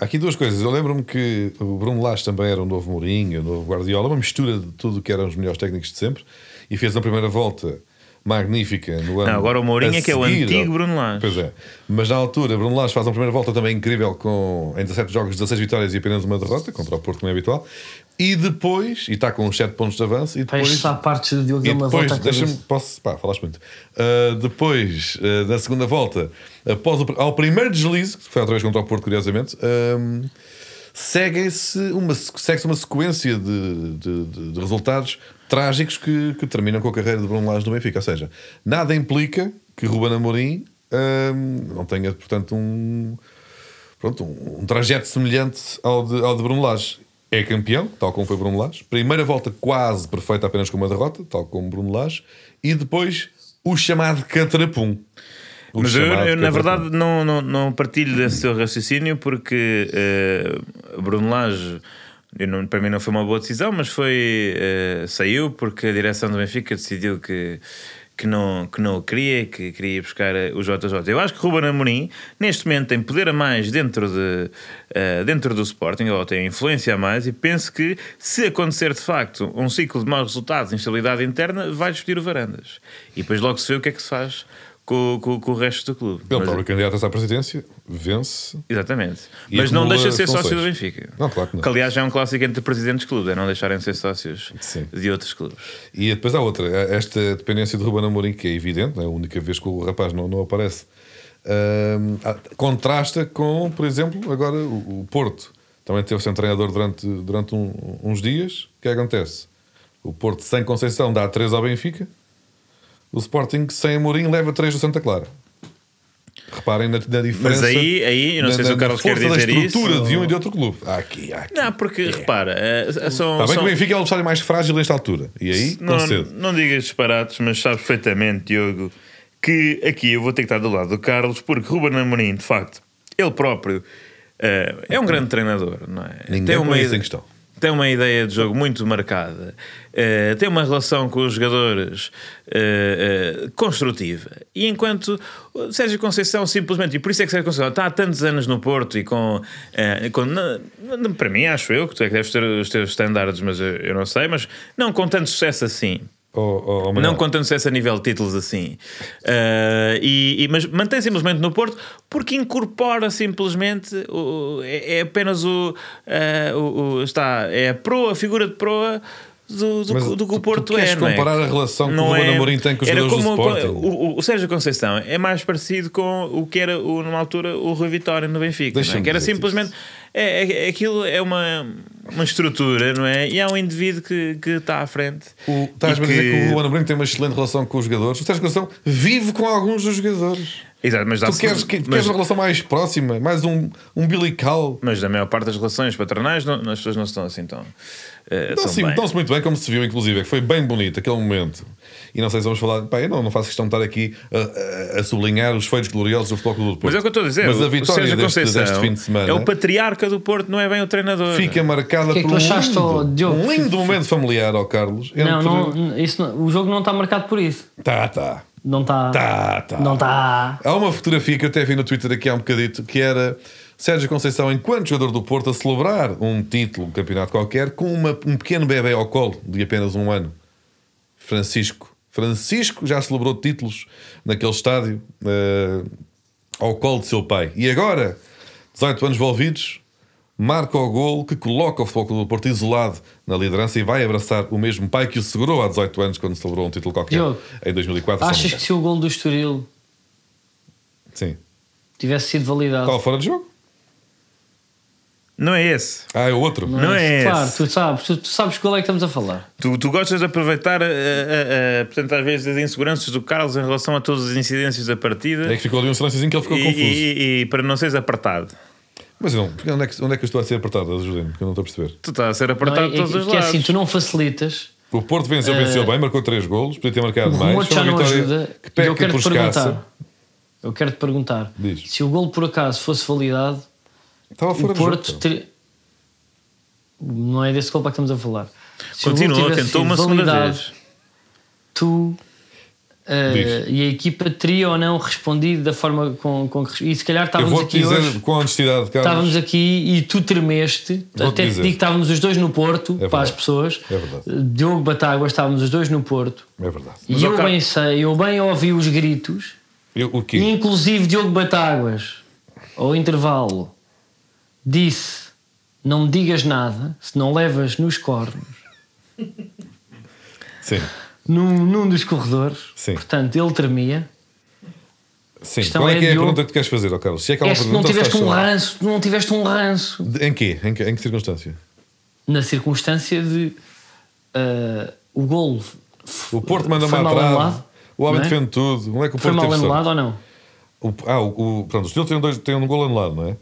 [SPEAKER 3] Há aqui duas coisas. Eu lembro-me que o Bruno Lage também era um novo Mourinho, um novo Guardiola, uma mistura de tudo o que eram os melhores técnicos de sempre e fez uma primeira volta magnífica no ano.
[SPEAKER 2] Não, agora o Mourinho
[SPEAKER 3] a
[SPEAKER 2] é que é o
[SPEAKER 3] seguir.
[SPEAKER 2] antigo Bruno Lage.
[SPEAKER 3] Pois é. Mas na altura, Bruno Lage faz uma primeira volta também incrível com em 17 jogos, 16 vitórias e apenas uma derrota contra o Porto, como é habitual. E depois, e está com 7 pontos de avanço, e
[SPEAKER 1] Pá,
[SPEAKER 3] depois.
[SPEAKER 1] isto há partes do Diogo dar uma volta à
[SPEAKER 3] deixa-me,
[SPEAKER 1] cabeça.
[SPEAKER 3] posso, pá, falaste muito. Uh, depois, uh, na segunda volta, após o, pr- ao primeiro deslize, que foi outra vez contra o Porto, curiosamente, um, segue-se uma, se- segue-se uma sequência de, de- de- de resultados trágicos que, que terminam com a carreira de Bruno Lage no Benfica. Ou seja, nada implica que Ruben Amorim um, não tenha, portanto, um, pronto, um, um trajeto semelhante ao de, ao de Bruno Lage. É campeão, tal como foi Bruno Lage. Primeira volta quase perfeita, apenas com uma derrota, tal como Bruno Lage. E depois o chamado Catrapum. O é
[SPEAKER 2] Mas eu,
[SPEAKER 3] chamado
[SPEAKER 2] eu, na
[SPEAKER 3] Catrapum.
[SPEAKER 2] verdade, não, não, não partilho desse seu raciocínio porque eh, Bruno Lage. eu não- para mim não foi uma boa decisão, mas foi eh, saiu porque a direção do Benfica decidiu que, que, não, que não o queria, que queria ir buscar eh, o JJ. Eu acho que Ruben Amorim, neste momento, tem poder a mais dentro, de, eh, dentro do Sporting, ou tem influência a mais, e penso que se acontecer de facto um ciclo de maus resultados, instabilidade interna, vai despedir o Varandas. E depois logo se vê o que é que se faz com, com- com o resto do clube.
[SPEAKER 3] Ele
[SPEAKER 2] Mas-
[SPEAKER 3] próprio candidato à presidência, vence.
[SPEAKER 2] Exatamente.
[SPEAKER 3] E
[SPEAKER 2] Mas não
[SPEAKER 3] acumula
[SPEAKER 2] deixa de ser sócio do
[SPEAKER 3] funções.
[SPEAKER 2] Benfica.
[SPEAKER 3] Não, claro que não.
[SPEAKER 2] aliás é um clássico entre presidentes de clubes, é não deixarem de ser sócios
[SPEAKER 3] Sim.
[SPEAKER 2] de outros clubes.
[SPEAKER 3] E depois há outra, Eh, esta dependência de Ruben Amorim, que é evidente, não é a única vez que o rapaz não, não aparece, Ahm, ah, contrasta com, por exemplo, agora o, o Porto. Também teve sem treinador durante, durante um- uns dias. O que é que acontece? O Porto sem Conceição dá 3 ao Benfica. O Sporting sem Amorim leva 3 do Santa Clara. Reparem na, na diferença.
[SPEAKER 2] Mas aí, aí eu não
[SPEAKER 3] na-
[SPEAKER 2] sei se
[SPEAKER 3] na-
[SPEAKER 2] o Carlos
[SPEAKER 3] na
[SPEAKER 2] quer
[SPEAKER 3] força
[SPEAKER 2] dizer
[SPEAKER 3] da estrutura
[SPEAKER 2] isso.
[SPEAKER 3] de um e de outro clube. Há aqui, há aqui.
[SPEAKER 2] Não, porque repara, eh, são.
[SPEAKER 3] Está
[SPEAKER 2] são-
[SPEAKER 3] bem que o Benfica é o adversário mais frágil nesta altura. E aí,
[SPEAKER 2] não,
[SPEAKER 3] concedo.
[SPEAKER 2] não digas disparates, mas sabes perfeitamente, Diogo, que aqui eu vou ter que estar do lado do Carlos, porque Ruben Amorim, de facto, ele próprio eh, é um grande treinador, não é?
[SPEAKER 3] Ninguém põe isso em questão.
[SPEAKER 2] Tem uma ideia de jogo muito marcada, eh, tem uma relação com os jogadores eh, eh, construtiva. E enquanto o Sérgio Conceição simplesmente, e por isso é que Sérgio Conceição está há tantos anos no Porto e com. eh, com- na- na- para mim, acho eu que tu é que deves ter os teus standards, mas eu, eu não sei, mas não com tanto sucesso assim.
[SPEAKER 3] Oh, oh, oh, Manuel.
[SPEAKER 2] Não contando sucesso a nível de títulos assim. Ah, e, e- mas mantém simplesmente no Porto porque incorpora simplesmente o- é, é apenas o, ah, o- o- está é a proa, a figura de proa do, do,
[SPEAKER 3] Mas
[SPEAKER 2] que- do que
[SPEAKER 3] tu-
[SPEAKER 2] o
[SPEAKER 3] tu
[SPEAKER 2] Porto
[SPEAKER 3] queres
[SPEAKER 2] é. não é?
[SPEAKER 3] comparar a relação que o Ruben Amorim tem com os
[SPEAKER 2] era
[SPEAKER 3] jogadores do
[SPEAKER 2] como o-
[SPEAKER 3] Sporting?
[SPEAKER 2] O, o Sérgio Conceição é mais parecido com o que era o, numa altura o Rui Vitória no Benfica, não é?
[SPEAKER 3] Deixa-me
[SPEAKER 2] que era
[SPEAKER 3] dizer-te
[SPEAKER 2] simplesmente é, é- é- aquilo é uma, uma estrutura, não é? E há um indivíduo que, que está à frente.
[SPEAKER 3] O, estás
[SPEAKER 2] E
[SPEAKER 3] a dizer que
[SPEAKER 2] que-
[SPEAKER 3] o Ruben Amorim tem uma excelente relação com os jogadores. Tu tens relação, vive com alguns dos jogadores.
[SPEAKER 2] Exato, Ah, mas dá
[SPEAKER 3] Tu queres, que- queres uma relação mais próxima, mais um umbilical.
[SPEAKER 2] Mas na maior parte das relações paternais não, as pessoas não estão assim tão. eh, tão
[SPEAKER 3] Dão-se
[SPEAKER 2] bem.
[SPEAKER 3] dão-se muito bem, como se viu, inclusive, é que foi bem bonito aquele momento. E não sei se vamos falar, pá, eu não, não faço questão de estar aqui a, a- a sublinhar os feitos gloriosos do Futebol Clube do
[SPEAKER 2] Mas
[SPEAKER 3] Porto.
[SPEAKER 2] é o que eu estou a dizer.
[SPEAKER 3] Mas
[SPEAKER 2] o-
[SPEAKER 3] a
[SPEAKER 2] o
[SPEAKER 3] vitória
[SPEAKER 2] Sérgio
[SPEAKER 3] deste,
[SPEAKER 2] Conceição
[SPEAKER 3] deste fim de semana
[SPEAKER 2] É o patriarca do Porto, não é bem o treinador.
[SPEAKER 3] fica marcada
[SPEAKER 1] O que é que
[SPEAKER 3] por um
[SPEAKER 1] tu achaste, ó,
[SPEAKER 3] lindo,
[SPEAKER 1] Diogo?
[SPEAKER 3] um lindo momento familiar ao Carlos.
[SPEAKER 1] Não,
[SPEAKER 3] entre-
[SPEAKER 1] não, isso não- o jogo não está marcado por isso.
[SPEAKER 3] Tá, tá.
[SPEAKER 1] Não está.
[SPEAKER 3] Tá, tá.
[SPEAKER 1] Não está.
[SPEAKER 3] Há uma fotografia que eu até vi no Twitter aqui há um bocadito que era Sérgio Conceição, enquanto jogador do Porto, a celebrar um título, um campeonato qualquer, com uma- um pequeno bebê ao colo de apenas um ano. Francisco. Francisco já celebrou títulos naquele estádio eh, ao colo de seu pai. E agora, 18 anos envolvidos, marca o gol que coloca o Futebol Clube do Porto isolado na liderança e vai abraçar o mesmo pai que o segurou há 18 anos quando celebrou um título qualquer
[SPEAKER 1] Diogo,
[SPEAKER 3] em 2004. se não me
[SPEAKER 1] Achas que
[SPEAKER 3] engano.
[SPEAKER 1] se o gol do Estoril
[SPEAKER 3] um Sim.
[SPEAKER 1] tivesse sido validado?
[SPEAKER 3] Qual fora de jogo?
[SPEAKER 2] Não é esse.
[SPEAKER 3] Ah, é o outro?
[SPEAKER 2] Não é
[SPEAKER 1] Claro,
[SPEAKER 2] esse.
[SPEAKER 1] tu sabes, tu, tu sabes qual é que estamos a falar.
[SPEAKER 2] Tu, tu gostas de aproveitar, eh, eh, eh, portanto, às vezes, as inseguranças do Carlos em relação a todas as incidências da partida.
[SPEAKER 3] É que ficou ali um silênciozinho que ele ficou
[SPEAKER 2] e,
[SPEAKER 3] confuso.
[SPEAKER 2] e- e para não seres apertado.
[SPEAKER 3] Mas não, porque onde é, que, onde é que eu estou a ser apertado? Ajudem-me, que eu não estou a perceber.
[SPEAKER 2] Tu estás a ser
[SPEAKER 1] Não
[SPEAKER 2] apertado
[SPEAKER 1] é?
[SPEAKER 2] de todos
[SPEAKER 1] É
[SPEAKER 2] os
[SPEAKER 1] que é
[SPEAKER 2] lados.
[SPEAKER 1] assim, tu não facilitas.
[SPEAKER 3] O Porto venceu,
[SPEAKER 1] Eh,
[SPEAKER 3] venceu bem, marcou 3 golos, podia ter marcado
[SPEAKER 1] O
[SPEAKER 3] mais.
[SPEAKER 1] remoto
[SPEAKER 3] Foi
[SPEAKER 1] um já não
[SPEAKER 3] uma vitória
[SPEAKER 1] ajuda. e
[SPEAKER 3] que
[SPEAKER 1] eu
[SPEAKER 3] peca
[SPEAKER 1] quero
[SPEAKER 3] por
[SPEAKER 1] te perguntar.
[SPEAKER 3] escassa.
[SPEAKER 1] Eu quero te perguntar.
[SPEAKER 3] Diz.
[SPEAKER 1] Se o gol por acaso fosse validado,
[SPEAKER 3] Estava fora
[SPEAKER 1] o
[SPEAKER 3] de jogo. então.
[SPEAKER 1] Porto ter- não é desse gol para que estamos a falar. Se o gol
[SPEAKER 2] Continua,
[SPEAKER 1] tivesse sido
[SPEAKER 2] tentou uma segunda
[SPEAKER 1] validado,
[SPEAKER 2] vez.
[SPEAKER 1] Tu eh,
[SPEAKER 3] Diz.
[SPEAKER 1] e a equipa teria ou não respondido da forma com, com que. E se calhar
[SPEAKER 3] Eu
[SPEAKER 1] estávamos
[SPEAKER 3] vou-te
[SPEAKER 1] aqui
[SPEAKER 3] dizer
[SPEAKER 1] hoje.
[SPEAKER 3] com honestidade, Carlos.
[SPEAKER 1] Estávamos aqui e tu tremeste.
[SPEAKER 3] Vou-te
[SPEAKER 1] Até te
[SPEAKER 3] dizer.
[SPEAKER 1] digo que estávamos os dois no Porto,
[SPEAKER 3] verdade.
[SPEAKER 1] para as pessoas.
[SPEAKER 3] É verdade.
[SPEAKER 1] Diogo Batágua, estávamos os dois no Porto.
[SPEAKER 3] É verdade.
[SPEAKER 2] Mas,
[SPEAKER 1] e
[SPEAKER 2] ó,
[SPEAKER 1] eu
[SPEAKER 2] Car-
[SPEAKER 1] bem sei, eu bem ouvi os gritos,
[SPEAKER 3] Eu, o
[SPEAKER 1] e
[SPEAKER 3] quê?
[SPEAKER 1] inclusive Diogo Batáguas, ao intervalo, disse: Não me digas nada se não levas nos cornos,
[SPEAKER 3] Sim,
[SPEAKER 1] num, num dos corredores.
[SPEAKER 3] Sim.
[SPEAKER 1] Portanto, ele tremia.
[SPEAKER 3] sim.
[SPEAKER 1] Questão
[SPEAKER 3] Qual é
[SPEAKER 1] é
[SPEAKER 3] que é a
[SPEAKER 1] de
[SPEAKER 3] pergunta que tu queres fazer, ó Carlos? Se é que há uma
[SPEAKER 1] É se
[SPEAKER 3] pergunta,
[SPEAKER 1] não
[SPEAKER 3] se
[SPEAKER 1] tiveste
[SPEAKER 3] estás
[SPEAKER 1] um
[SPEAKER 3] só-
[SPEAKER 1] ranço, tu não tiveste um ranço.
[SPEAKER 3] De- Em quê? Em que, em que circunstância?
[SPEAKER 1] Na circunstância de ah, o gol.
[SPEAKER 3] O Porto manda
[SPEAKER 1] é? Foi
[SPEAKER 3] uma
[SPEAKER 1] mal
[SPEAKER 3] trave.
[SPEAKER 1] anulado,
[SPEAKER 3] O homem
[SPEAKER 1] não é?
[SPEAKER 3] defende tudo. Não é que o
[SPEAKER 1] Foi
[SPEAKER 3] Porto
[SPEAKER 1] mal
[SPEAKER 3] teve
[SPEAKER 1] anulado
[SPEAKER 3] sorte.
[SPEAKER 1] ou não?
[SPEAKER 3] O- Ah, o, o, pronto, o Estoril tem, dois, tem um gol anulado, não é?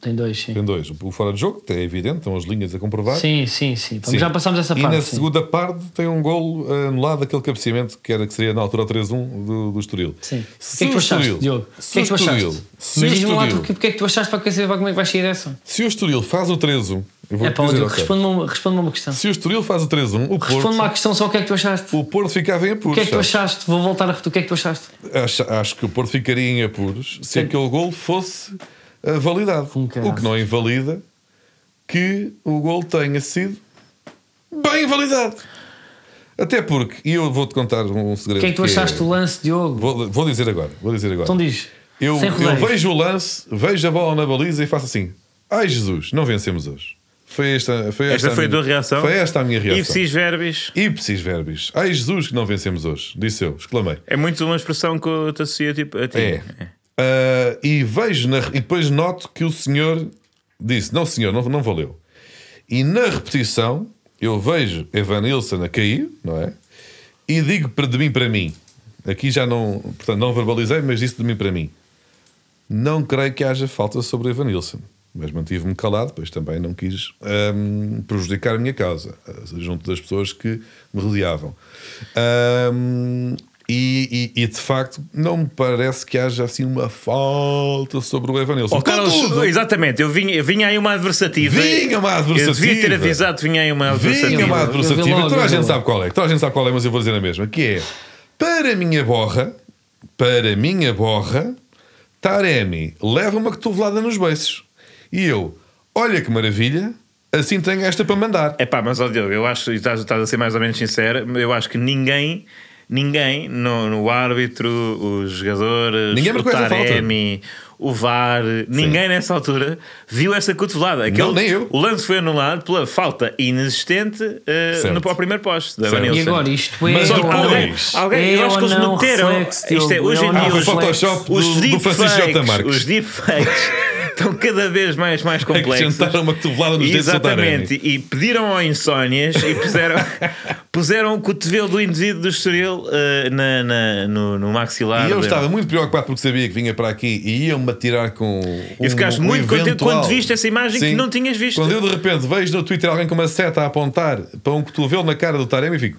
[SPEAKER 1] Tem dois, sim.
[SPEAKER 3] Tem dois. O- O fora de jogo, é evidente, estão as linhas a comprovar.
[SPEAKER 1] Sim, sim, sim. Vamos-
[SPEAKER 3] Sim.
[SPEAKER 1] Já passámos essa
[SPEAKER 3] e
[SPEAKER 1] parte.
[SPEAKER 3] na
[SPEAKER 1] sim.
[SPEAKER 3] segunda parte tem um gol anulado daquele cabeceamento que, era, que seria na altura o 3-1 do, do Estoril.
[SPEAKER 1] Sim. O
[SPEAKER 3] Se
[SPEAKER 1] que é que tu achaste,
[SPEAKER 3] Estoril-
[SPEAKER 1] Diogo? O
[SPEAKER 3] Se
[SPEAKER 1] que
[SPEAKER 3] o
[SPEAKER 1] é que tu
[SPEAKER 3] Estoril,
[SPEAKER 1] achaste?
[SPEAKER 3] se o
[SPEAKER 1] Mas diz-me lá
[SPEAKER 3] Estoril-
[SPEAKER 1] tu, que- porque é que tu achaste para que saber como é que vais sair dessa?
[SPEAKER 3] se o Estoril faz o 3-1, eu vou
[SPEAKER 1] É para o
[SPEAKER 3] dizer,
[SPEAKER 1] Diogo,
[SPEAKER 3] ok.
[SPEAKER 1] responde-me uma, responde uma questão.
[SPEAKER 3] Se o Estoril faz o 3-1, o
[SPEAKER 1] Responde-me à
[SPEAKER 3] Porto,
[SPEAKER 1] questão só o que é que tu achaste.
[SPEAKER 3] o Porto ficava em
[SPEAKER 1] O que é que tu
[SPEAKER 3] apuros.
[SPEAKER 1] achaste? Vou voltar a repetir. O que é que tu achaste?
[SPEAKER 3] Acho, acho que o Porto ficaria em apuros se
[SPEAKER 1] Sim.
[SPEAKER 3] aquele gol fosse ah, validado.
[SPEAKER 1] Um
[SPEAKER 3] o que não invalida que o gol tenha sido bem validado. Até porque, e eu vou-te contar um um segredo.
[SPEAKER 1] O que é que tu achaste do lance, Diogo?
[SPEAKER 3] Vou, vou dizer agora, vou dizer agora.
[SPEAKER 1] Então diz.
[SPEAKER 3] eu,
[SPEAKER 1] sem
[SPEAKER 3] eu
[SPEAKER 1] rodeios.
[SPEAKER 3] vejo o lance, vejo a bola na baliza e faço assim: Ai Jesus, não vencemos hoje. Foi esta, foi esta,
[SPEAKER 2] Esta foi a
[SPEAKER 3] é minha,
[SPEAKER 2] tua reação.
[SPEAKER 3] Foi esta a minha reação.
[SPEAKER 2] Ipsis verbis.
[SPEAKER 3] Ipsis verbis. Ai Jesus, que não vencemos hoje, disse eu, exclamei.
[SPEAKER 2] É muito uma expressão que eu te associo tipo, a ti.
[SPEAKER 3] É. Ah, e vejo na- e depois noto que o senhor disse: Não, senhor, não, não valeu. E na repetição eu vejo Evanilson a cair, não é? E digo para- de mim para mim. Aqui já não, portanto, não verbalizei, mas disse de mim para mim. Não creio que haja falta sobre Evanilson. Mas mantive-me calado, pois também não quis ahm, prejudicar a minha causa, ah, junto das pessoas que me rodeavam. Ahm, e, e- e, de facto, não me parece que haja assim uma falta sobre o Evanilson.
[SPEAKER 2] Oh, Carlos,
[SPEAKER 3] Contudo,
[SPEAKER 2] exatamente, eu vinha, eu vinha aí uma adversativa.
[SPEAKER 3] Vinha uma
[SPEAKER 2] Eu devia ter
[SPEAKER 3] adversativa.
[SPEAKER 2] avisado que vinha aí uma adversativa.
[SPEAKER 3] Vinha uma
[SPEAKER 1] Eu vi
[SPEAKER 3] adversativa.
[SPEAKER 1] logo,
[SPEAKER 3] Toda a
[SPEAKER 1] eu vi
[SPEAKER 3] gente
[SPEAKER 1] logo.
[SPEAKER 3] sabe qual é. Toda a gente sabe qual é, mas eu vou dizer a mesma. Que é, para a minha borra, para a minha borra, Taremi leva uma cotovelada nos beiços. E eu, olha que maravilha, assim tenho esta para mandar.
[SPEAKER 2] É pá, mas ó Diogo, eu acho, e estás, estás a ser mais ou menos sincero, eu acho que ninguém, ninguém, no, no árbitro, os jogadores,
[SPEAKER 3] Ninguém
[SPEAKER 2] o
[SPEAKER 3] marcou essa
[SPEAKER 2] Taremi, o VAR, ninguém nessa altura viu essa cotovelada. Aquele-
[SPEAKER 3] Não, nem eu.
[SPEAKER 2] O lance foi anulado pela falta inexistente eh,
[SPEAKER 3] Certo.
[SPEAKER 2] no, ao primeiro poste da
[SPEAKER 3] Certo.
[SPEAKER 2] Vanilson.
[SPEAKER 1] E agora, isto é.
[SPEAKER 3] Mas
[SPEAKER 2] Só que
[SPEAKER 1] ou-
[SPEAKER 2] alguém,
[SPEAKER 3] depois-
[SPEAKER 2] alguém-
[SPEAKER 1] É
[SPEAKER 2] eu acho que
[SPEAKER 1] ou
[SPEAKER 2] eles
[SPEAKER 1] não
[SPEAKER 2] meteram.
[SPEAKER 1] reflexo,
[SPEAKER 2] isto é,
[SPEAKER 1] Diogo?
[SPEAKER 2] hoje
[SPEAKER 1] É
[SPEAKER 2] em
[SPEAKER 1] ou não
[SPEAKER 2] dia,
[SPEAKER 3] Ah, foi
[SPEAKER 2] os,
[SPEAKER 1] reflexo?
[SPEAKER 3] Photoshop do,
[SPEAKER 2] os
[SPEAKER 3] do Francisco J.
[SPEAKER 2] deepfakes,
[SPEAKER 3] Marques.
[SPEAKER 2] os deepfakes estão cada vez mais, mais complexas.
[SPEAKER 3] Acrescentaram É uma cotovelada nos dedos do
[SPEAKER 2] É Exatamente, e pediram ao Insónias e puseram, puseram o cotovelo do indivíduo do Estoril eh, na, na- no, no maxilar.
[SPEAKER 3] E eu
[SPEAKER 2] dele.
[SPEAKER 3] estava muito preocupado porque sabia que vinha para aqui e iam-me atirar com. um
[SPEAKER 2] E ficaste muito contente quando viste essa imagem que não tinhas visto.
[SPEAKER 3] Quando eu de repente vejo no Twitter alguém com uma seta a apontar para um cotovelo na cara do Taremi e fico.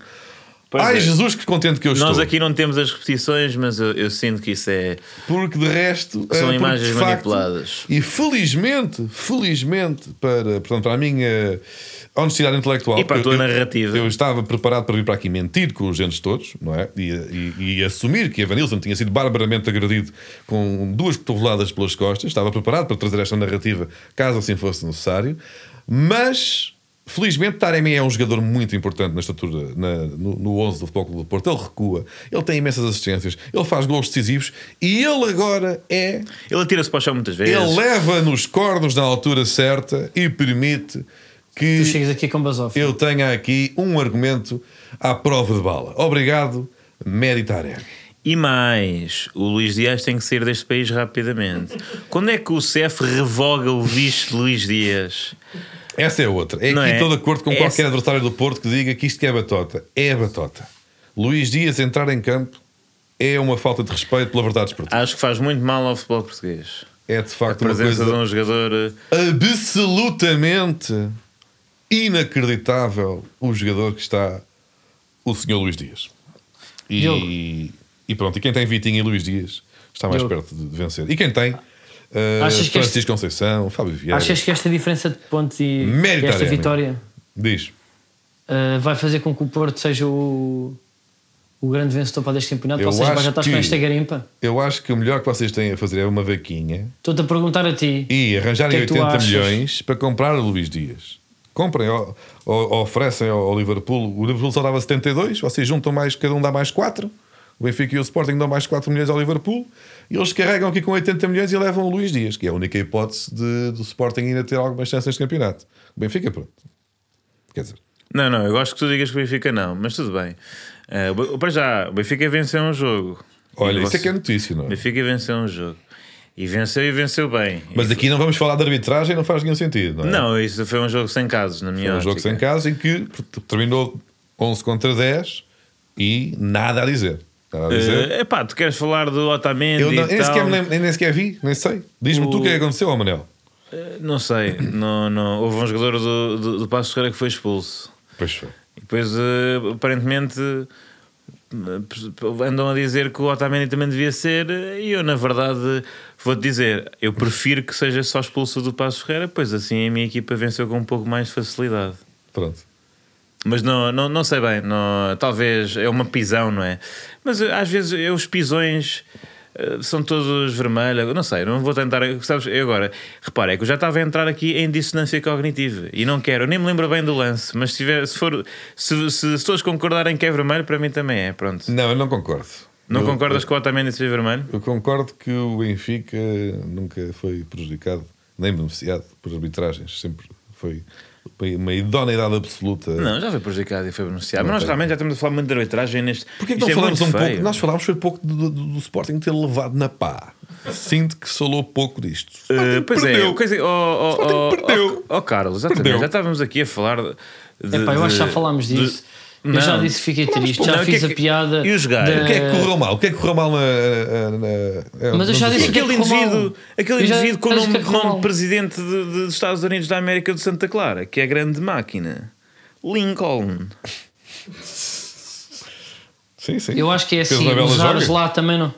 [SPEAKER 2] Pois
[SPEAKER 3] Ai
[SPEAKER 2] é.
[SPEAKER 3] Jesus, que contente que eu
[SPEAKER 2] Nós
[SPEAKER 3] estou.
[SPEAKER 2] aqui não temos as repetições, mas eu, eu sinto que isso é.
[SPEAKER 3] Porque de resto. eh,
[SPEAKER 2] São
[SPEAKER 3] porque,
[SPEAKER 2] imagens
[SPEAKER 3] de facto,
[SPEAKER 2] manipuladas.
[SPEAKER 3] E felizmente, felizmente, para, portanto, para a minha honestidade intelectual.
[SPEAKER 2] E para a
[SPEAKER 3] eu-
[SPEAKER 2] tua
[SPEAKER 3] eu-
[SPEAKER 2] narrativa.
[SPEAKER 3] Eu estava preparado para vir para aqui mentir com os dentes todos, não é? E, e- e assumir que a Vanilson tinha sido barbaramente agredido com duas cotoveladas pelas costas. Estava preparado para trazer esta narrativa, caso assim fosse necessário. Mas. Felizmente, Taremi é um jogador muito importante na estatura, na- no, no 11 do Futebol Clube do Porto. Ele recua, ele tem imensas assistências, ele faz gols decisivos e ele agora é
[SPEAKER 2] Ele atira-se para o chão muitas vezes.
[SPEAKER 3] ele leva nos cornos na altura certa e permite
[SPEAKER 1] Tu
[SPEAKER 3] que
[SPEAKER 1] chegas aqui com Basov.
[SPEAKER 3] eu tenha aqui um argumento à prova de bala. Obrigado, Meritaré.
[SPEAKER 2] E mais, o Luís Dias tem que sair deste país rapidamente. Quando é que o CEF revoga o visto de Luís Dias?
[SPEAKER 3] Essa é outra. É
[SPEAKER 2] Não
[SPEAKER 3] aqui
[SPEAKER 2] é?
[SPEAKER 3] estou de acordo com
[SPEAKER 2] Essa-
[SPEAKER 3] qualquer adversário do Porto que diga que isto é batota. É batota. Luís Dias entrar em campo é uma falta de respeito pela verdade esportiva.
[SPEAKER 2] Acho que faz muito mal ao futebol português.
[SPEAKER 3] É de
[SPEAKER 2] A
[SPEAKER 3] facto uma
[SPEAKER 2] presença
[SPEAKER 3] coisa
[SPEAKER 2] de um jogador. eh,
[SPEAKER 3] absolutamente inacreditável o jogador que está o senhor Luís Dias.
[SPEAKER 1] Diogo.
[SPEAKER 3] E, e pronto, e quem tem Vitinho e Luís Dias está mais
[SPEAKER 1] Diogo.
[SPEAKER 3] perto de de vencer. E quem tem? eh,
[SPEAKER 1] Achas que
[SPEAKER 3] Francisco
[SPEAKER 1] este-
[SPEAKER 3] Conceição, Fábio Vieira.
[SPEAKER 1] Achas que esta diferença de pontos e
[SPEAKER 3] Mérito
[SPEAKER 1] esta
[SPEAKER 3] Arena.
[SPEAKER 1] vitória
[SPEAKER 3] Diz.
[SPEAKER 1] ah, vai fazer com que o Porto seja o, o grande vencedor para deste campeonato?
[SPEAKER 3] Eu
[SPEAKER 1] Ou seja,
[SPEAKER 3] acho
[SPEAKER 1] já estás
[SPEAKER 3] que-
[SPEAKER 1] com esta garimpa?
[SPEAKER 3] Eu acho que o melhor que vocês têm a fazer é uma vaquinha
[SPEAKER 1] Estou-te a perguntar a ti.
[SPEAKER 3] e arranjarem
[SPEAKER 1] O que é que tu
[SPEAKER 3] 80
[SPEAKER 1] achas?
[SPEAKER 3] milhões para comprar o Luís Dias. Comprem, ou, ou- ou oferecem ao ao Liverpool. O Liverpool só dava 72, vocês juntam mais, cada um dá mais 4. O Benfica e o Sporting dão mais 4 milhões ao Liverpool e eles carregam aqui com 80 milhões e levam o Luís Dias, que é a única hipótese de- do Sporting ainda ter algumas chances de campeonato. O Benfica, pronto. Quer dizer,
[SPEAKER 2] Não, não, eu gosto que tu digas que o Benfica não, mas tudo bem. Eh, o Be- para já, o Benfica venceu um jogo.
[SPEAKER 3] olha,
[SPEAKER 2] E
[SPEAKER 3] isso é
[SPEAKER 2] você-
[SPEAKER 3] que é notícia, não
[SPEAKER 2] O
[SPEAKER 3] é?
[SPEAKER 2] Benfica venceu um jogo. E venceu e venceu bem.
[SPEAKER 3] Mas aqui não vamos falar de arbitragem, não faz nenhum sentido, não é?
[SPEAKER 2] Não, isso foi um jogo sem casos, na minha
[SPEAKER 3] Foi um jogo
[SPEAKER 2] ótica.
[SPEAKER 3] sem casos em que terminou 11 contra 10 e nada a dizer. Nada a dizer.
[SPEAKER 2] Eh, epá, tu queres falar do Otamendi
[SPEAKER 3] é? Eu não-
[SPEAKER 2] e então-
[SPEAKER 3] nem,
[SPEAKER 2] tal?
[SPEAKER 3] sequer me lembro- nem sequer vi, nem sei. Diz-me tu o que é que aconteceu, ó Manel.
[SPEAKER 2] Eh, Não sei, não, não. houve um jogador do, do, do Passo Ferreira que foi expulso.
[SPEAKER 3] Pois foi.
[SPEAKER 2] E depois, eh, aparentemente, eh, andam a dizer que o Otamendi também devia ser. eh, E eu, na verdade, vou-te dizer, eu prefiro que seja só expulso do Passo Ferreira, pois assim a minha equipa venceu com um pouco mais de facilidade.
[SPEAKER 3] Pronto.
[SPEAKER 2] Mas não, não, não sei bem, não, talvez é uma pisão, não é? Mas eh, às vezes eh, os pisões eh, são todos vermelhos, eu não sei, não vou tentar. Sabes, eu agora, repara, é que eu já estava a entrar aqui em dissonância cognitiva e não quero, eu nem me lembro bem do lance, mas se, tiver, se, for, se, se, se todos concordarem que é vermelho, para mim também é, pronto.
[SPEAKER 3] Não, eu não concordo.
[SPEAKER 2] Não
[SPEAKER 3] eu,
[SPEAKER 2] concordas que o Otamendi seja vermelho?
[SPEAKER 3] Eu concordo que o Benfica nunca foi prejudicado, nem beneficiado por arbitragens. Sempre foi foi uma idoneidade absoluta.
[SPEAKER 2] Não, já foi prejudicado e foi beneficiado. Mas
[SPEAKER 3] Não
[SPEAKER 2] nós
[SPEAKER 3] tem.
[SPEAKER 2] realmente já estamos a falar muito de arbitragem neste.
[SPEAKER 3] Porquê que
[SPEAKER 2] isto
[SPEAKER 3] não
[SPEAKER 2] é
[SPEAKER 3] falamos um
[SPEAKER 2] muito feio.
[SPEAKER 3] pouco? Nós falámos foi pouco do, do- do Sporting ter levado na pá. Sinto que falou pouco disto.
[SPEAKER 2] Eh,
[SPEAKER 3] Sporting
[SPEAKER 2] pois é,
[SPEAKER 3] perdeu.
[SPEAKER 2] coisa, oh, oh,
[SPEAKER 3] Sporting
[SPEAKER 2] oh,
[SPEAKER 3] perdeu.
[SPEAKER 2] oh, oh, Carlos, exatamente,
[SPEAKER 3] Perdeu.
[SPEAKER 2] já estávamos aqui a falar de. de-
[SPEAKER 1] Epá, eu acho que já
[SPEAKER 2] de-
[SPEAKER 1] falámos
[SPEAKER 2] de-
[SPEAKER 1] disso. Eu
[SPEAKER 2] Não.
[SPEAKER 1] já disse que fiquei triste,
[SPEAKER 2] pouco.
[SPEAKER 1] já
[SPEAKER 2] Não, o que
[SPEAKER 1] fiz
[SPEAKER 2] é que-
[SPEAKER 1] a piada.
[SPEAKER 2] e os gajos?
[SPEAKER 1] da-
[SPEAKER 3] O que é que correu mal? O que é que correu mal na. na- na-
[SPEAKER 1] Mas eu já
[SPEAKER 3] nos
[SPEAKER 1] disse que
[SPEAKER 2] Aquele
[SPEAKER 3] outros?
[SPEAKER 1] é que correu
[SPEAKER 2] indivíduo,
[SPEAKER 1] mal?
[SPEAKER 2] aquele
[SPEAKER 1] Eu já-
[SPEAKER 2] indivíduo com o
[SPEAKER 1] sabes o
[SPEAKER 2] nome,
[SPEAKER 1] que é que correu
[SPEAKER 2] nome de
[SPEAKER 1] mal?
[SPEAKER 2] presidente de- de- dos Estados Unidos da América de Santa Clara, que é a grande máquina. Lincoln.
[SPEAKER 3] Sim, sim.
[SPEAKER 1] Eu acho que é
[SPEAKER 3] Fez
[SPEAKER 1] assim,
[SPEAKER 3] uma bela
[SPEAKER 1] os ares
[SPEAKER 3] joga.
[SPEAKER 1] lá também não.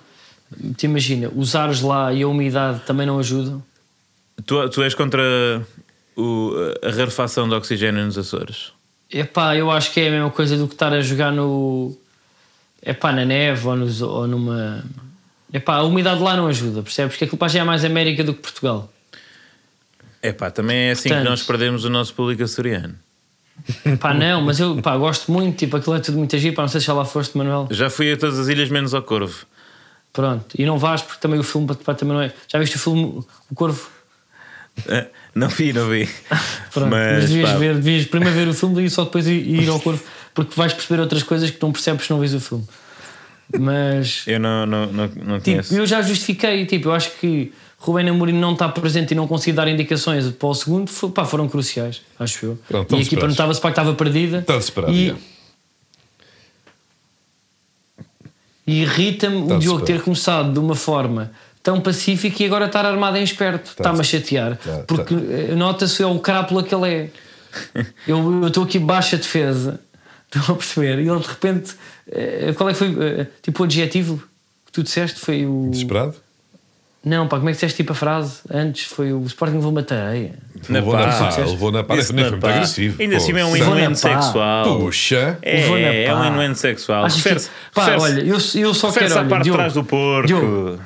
[SPEAKER 1] Te imagina, os ares lá e a umidade também não ajudam.
[SPEAKER 2] Tu, tu és contra o- a rarefação de oxigênio nos Açores?
[SPEAKER 1] Epá, eu acho que é a mesma coisa do que estar a jogar no. Epá, na neve ou, nos, ou numa. Epá, a umidade lá não ajuda, percebes? Que aquilo para já é mais América do que Portugal.
[SPEAKER 2] É pá, também é assim que
[SPEAKER 1] Portanto-
[SPEAKER 2] nós perdemos o nosso público açoriano.
[SPEAKER 1] Epá, não, mas eu pá, gosto muito, tipo, aquilo é tudo muito agir, pá, não sei se já lá foste, Manuel.
[SPEAKER 2] Já fui a todas as ilhas menos ao Corvo.
[SPEAKER 1] Pronto, e não vais porque também o filme pá, também não é. Já viste o filme O Corvo?
[SPEAKER 2] Ah, Não vi, não vi.
[SPEAKER 1] Pronto, mas, devias
[SPEAKER 2] pá,
[SPEAKER 1] ver, devias primeiro ver o filme e só depois ir, ir ao corvo, porque vais perceber outras coisas que não percebes se não vês o filme. Mas
[SPEAKER 2] Eu não, não, não, não
[SPEAKER 1] tipo,
[SPEAKER 2] conheço.
[SPEAKER 1] eu já justifiquei, tipo, eu acho que Rubén Amorim não está presente e não conseguir dar indicações para o segundo, fo- pá, foram cruciais, acho eu.
[SPEAKER 3] Pronto,
[SPEAKER 1] e a
[SPEAKER 3] estamos
[SPEAKER 1] equipa
[SPEAKER 3] esperados.
[SPEAKER 1] notava-se pá, que estava perdida.
[SPEAKER 3] Está desesperado.
[SPEAKER 1] E-
[SPEAKER 3] já.
[SPEAKER 1] E irrita-me o
[SPEAKER 3] Está-se
[SPEAKER 1] Diogo
[SPEAKER 3] bem.
[SPEAKER 1] ter começado de uma forma tão pacífica e agora estar armado em esperto. Está-me a chatear.
[SPEAKER 3] Tá,
[SPEAKER 1] porque eh, nota-se é o crápula que ele é. eu eu estou aqui baixa defesa. Estão a perceber? E ele de repente. eh, Qual é que foi? eh, Tipo o adjetivo que tu disseste? Foi o.
[SPEAKER 3] Desesperado?
[SPEAKER 1] Não, pá, como é que disseste tipo a frase? Antes foi o Sporting levou uma tareia.
[SPEAKER 2] Na
[SPEAKER 3] levou na
[SPEAKER 2] pá.
[SPEAKER 3] pá, levou na pá.
[SPEAKER 2] Isso
[SPEAKER 3] Nem
[SPEAKER 2] na
[SPEAKER 3] foi muito
[SPEAKER 2] pá.
[SPEAKER 3] agressivo,
[SPEAKER 2] Ainda
[SPEAKER 3] pô.
[SPEAKER 2] assim é um
[SPEAKER 1] Levou na pá.
[SPEAKER 2] inuendo sexual.
[SPEAKER 3] Puxa!
[SPEAKER 1] Levou na
[SPEAKER 2] É, é um
[SPEAKER 1] pá.
[SPEAKER 2] inuendo sexual.
[SPEAKER 1] Acho que- tipo,
[SPEAKER 2] Refere-se
[SPEAKER 1] pá,
[SPEAKER 2] refere-se-
[SPEAKER 1] olha, eu, eu só quero.
[SPEAKER 2] refere-se à
[SPEAKER 1] olha,
[SPEAKER 2] parte de
[SPEAKER 1] Diogo,
[SPEAKER 2] trás do porco.
[SPEAKER 1] Diogo,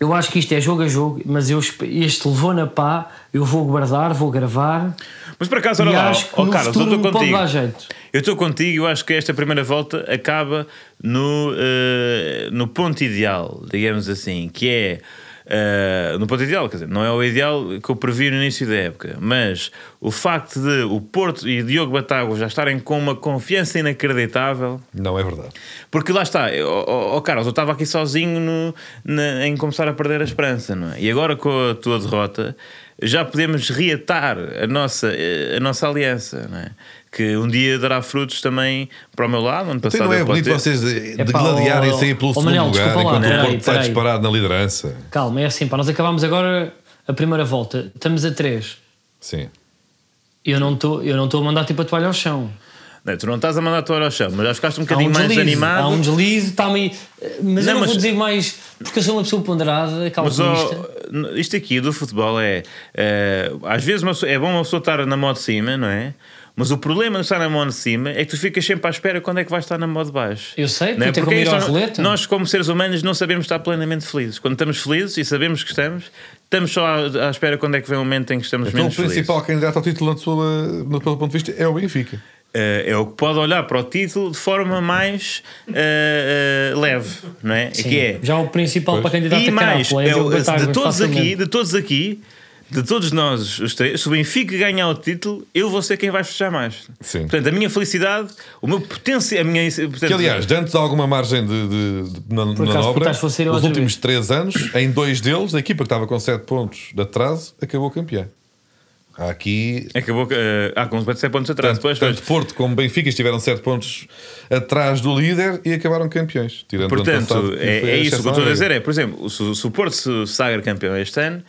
[SPEAKER 1] Eu acho que isto é jogo a jogo, mas eu, espe- este levou na pá, eu vou guardar, vou gravar.
[SPEAKER 2] Mas por acaso, olha
[SPEAKER 1] e
[SPEAKER 2] lá,
[SPEAKER 1] acho que
[SPEAKER 2] ó,
[SPEAKER 1] no
[SPEAKER 2] Carlos, eu
[SPEAKER 1] futuro
[SPEAKER 2] estou
[SPEAKER 1] me pode
[SPEAKER 2] contigo.
[SPEAKER 1] dar jeito.
[SPEAKER 2] Eu estou contigo, eu acho que esta primeira volta acaba no, eh, no ponto ideal, digamos assim, que é. eh, no ponto ideal, quer dizer, não é o ideal que eu previ no início da época, mas o facto de o Porto e o Diogo Batagos já estarem com uma confiança inacreditável,
[SPEAKER 3] Não é verdade.
[SPEAKER 2] porque lá está, eu- ó- ó, Carlos, eu estava aqui sozinho no- na- em começar a perder a esperança, não é? E agora com a tua derrota já podemos reatar a nossa, eh, a nossa aliança, não é? Que um dia dará frutos também para o meu lado. Ano
[SPEAKER 3] Então
[SPEAKER 2] passado
[SPEAKER 3] não é
[SPEAKER 2] eu
[SPEAKER 3] bonito
[SPEAKER 2] plantei-
[SPEAKER 3] vocês eh,
[SPEAKER 1] Epá,
[SPEAKER 3] degladiarem
[SPEAKER 1] ó,
[SPEAKER 3] isso aí pelo
[SPEAKER 1] ó,
[SPEAKER 3] segundo
[SPEAKER 1] Manel,
[SPEAKER 3] lugar,
[SPEAKER 1] desculpa lá,
[SPEAKER 3] enquanto o
[SPEAKER 1] peraí,
[SPEAKER 3] Porto está
[SPEAKER 1] peraí.
[SPEAKER 3] disparado na liderança.
[SPEAKER 1] Calma, é assim, pá, nós acabámos agora a primeira volta, estamos a 3.
[SPEAKER 3] Sim.
[SPEAKER 1] Eu não estou a mandar tipo a toalha ao chão.
[SPEAKER 2] Não, tu não estás a mandar a toalha ao chão, mas já ficaste um
[SPEAKER 1] Há
[SPEAKER 2] bocadinho
[SPEAKER 1] um
[SPEAKER 2] mais
[SPEAKER 1] deslize,
[SPEAKER 2] animado.
[SPEAKER 1] há um deslize, está-me. Mas
[SPEAKER 2] Não,
[SPEAKER 1] eu não
[SPEAKER 2] mas-
[SPEAKER 1] vou dizer mais, porque eu sou uma pessoa ponderada,
[SPEAKER 2] Mas ó,
[SPEAKER 1] calculista.
[SPEAKER 2] n- isto aqui do futebol é, eh, às vezes uma pessoa- é bom uma pessoa estar na mão de cima, não é? Mas o problema de estar na mão de cima é que tu ficas sempre à espera quando é que vais estar na mão de baixo.
[SPEAKER 1] Eu sei,
[SPEAKER 2] não é?
[SPEAKER 1] porque tem como ir
[SPEAKER 2] isto
[SPEAKER 1] à
[SPEAKER 2] não-
[SPEAKER 1] roleta.
[SPEAKER 2] Nós, como seres humanos, não sabemos estar plenamente felizes. Quando estamos felizes e sabemos que estamos, estamos só à, à espera quando é que vem o momento em que estamos
[SPEAKER 3] Então o
[SPEAKER 2] menos felizes.
[SPEAKER 3] principal candidato ao título na sua, no, pelo ponto de vista é o Benfica.
[SPEAKER 2] Eh, é o que pode olhar para o título de forma mais eh, eh, leve, não é?
[SPEAKER 1] Sim.
[SPEAKER 2] Que é,
[SPEAKER 1] Já o principal para candidato
[SPEAKER 2] E
[SPEAKER 1] a
[SPEAKER 2] mais,
[SPEAKER 1] crápula é
[SPEAKER 2] é o-
[SPEAKER 1] Diogo Batáguas,
[SPEAKER 2] de todos aqui,
[SPEAKER 1] facilmente.
[SPEAKER 2] de todos aqui, de todos nós, os três, se o Benfica ganhar o título, eu vou ser quem vai fechar mais.
[SPEAKER 3] Sim.
[SPEAKER 2] Portanto, a minha felicidade, o meu potencial, a minha. portanto,
[SPEAKER 3] Que aliás, antes de alguma margem de, de- de- na,
[SPEAKER 1] acaso,
[SPEAKER 3] na
[SPEAKER 1] por
[SPEAKER 3] obra,
[SPEAKER 1] acaso,
[SPEAKER 3] os
[SPEAKER 1] fosse ir outra
[SPEAKER 3] últimos
[SPEAKER 1] vez.
[SPEAKER 3] três anos, em dois deles, a equipa que estava com 7 pontos de atraso acabou campeã. Há aqui
[SPEAKER 2] acabou. eh, ah, com 7 pontos atrás.
[SPEAKER 3] Tanto,
[SPEAKER 2] Depois,
[SPEAKER 3] tanto Porto como Benfica estiveram 7 pontos atrás do líder e acabaram campeões. Tirando o ano
[SPEAKER 2] Portanto,
[SPEAKER 3] passado,
[SPEAKER 2] é,
[SPEAKER 3] que foi
[SPEAKER 2] é isso que eu
[SPEAKER 3] exceção
[SPEAKER 2] estou a
[SPEAKER 3] à
[SPEAKER 2] dizer.
[SPEAKER 3] regra.
[SPEAKER 2] É, por exemplo, se o se o Porto se sagra campeão este ano,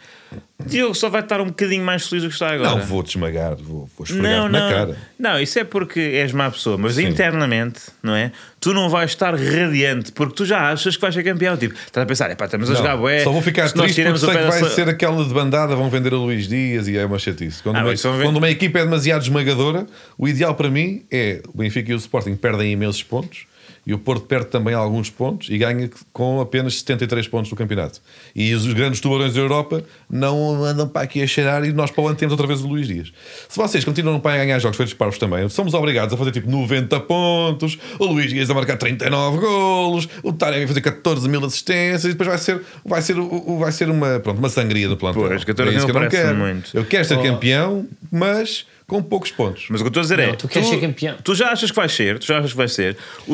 [SPEAKER 2] Diogo só vai estar um bocadinho mais feliz do que está agora.
[SPEAKER 3] Não vou te esmagar, vou, vou esfregar na
[SPEAKER 2] não,
[SPEAKER 3] cara.
[SPEAKER 2] Não, isso é porque és má pessoa, mas
[SPEAKER 3] Sim.
[SPEAKER 2] internamente, não é? Tu não vais estar radiante, porque tu já achas que vais ser campeão. Tipo, estás a pensar, epá, estamos a
[SPEAKER 3] Não,
[SPEAKER 2] jogar bué.
[SPEAKER 3] só vou ficar
[SPEAKER 2] se nós
[SPEAKER 3] triste porque
[SPEAKER 2] tiramos o
[SPEAKER 3] sei que
[SPEAKER 2] pé da
[SPEAKER 3] vai
[SPEAKER 2] so-
[SPEAKER 3] ser aquela de bandada, vão vender a Luís Dias e é uma chatice. Quando,
[SPEAKER 2] Ah,
[SPEAKER 3] uma,
[SPEAKER 2] mas vão ver-
[SPEAKER 3] quando uma equipa é demasiado esmagadora, o ideal para mim é o Benfica e o Sporting perdem imensos pontos e o Porto perde também alguns pontos e ganha com apenas 73 pontos no campeonato. E os grandes tubarões da Europa não andam para aqui a cheirar e nós para o ano temos outra vez o Luís Dias. Se vocês continuam para ganhar jogos feitos parvos também, somos obrigados a fazer tipo 90 pontos, o Luís Dias a marcar 39 golos, o Taremi a fazer 14 mil assistências e depois vai ser, vai ser, o- o- vai ser uma, pronto, uma sangria do plantel. É
[SPEAKER 2] Pois, 14 mil
[SPEAKER 3] isso que eu não
[SPEAKER 2] parece-me
[SPEAKER 3] quero.
[SPEAKER 2] muito.
[SPEAKER 3] Eu quero ser
[SPEAKER 1] Oh.
[SPEAKER 3] campeão, mas com poucos pontos.
[SPEAKER 2] Mas o que eu estou a dizer é.
[SPEAKER 1] tu queres ser campeão.
[SPEAKER 2] Tu já achas que vais ser, tu já achas que vais ser. O,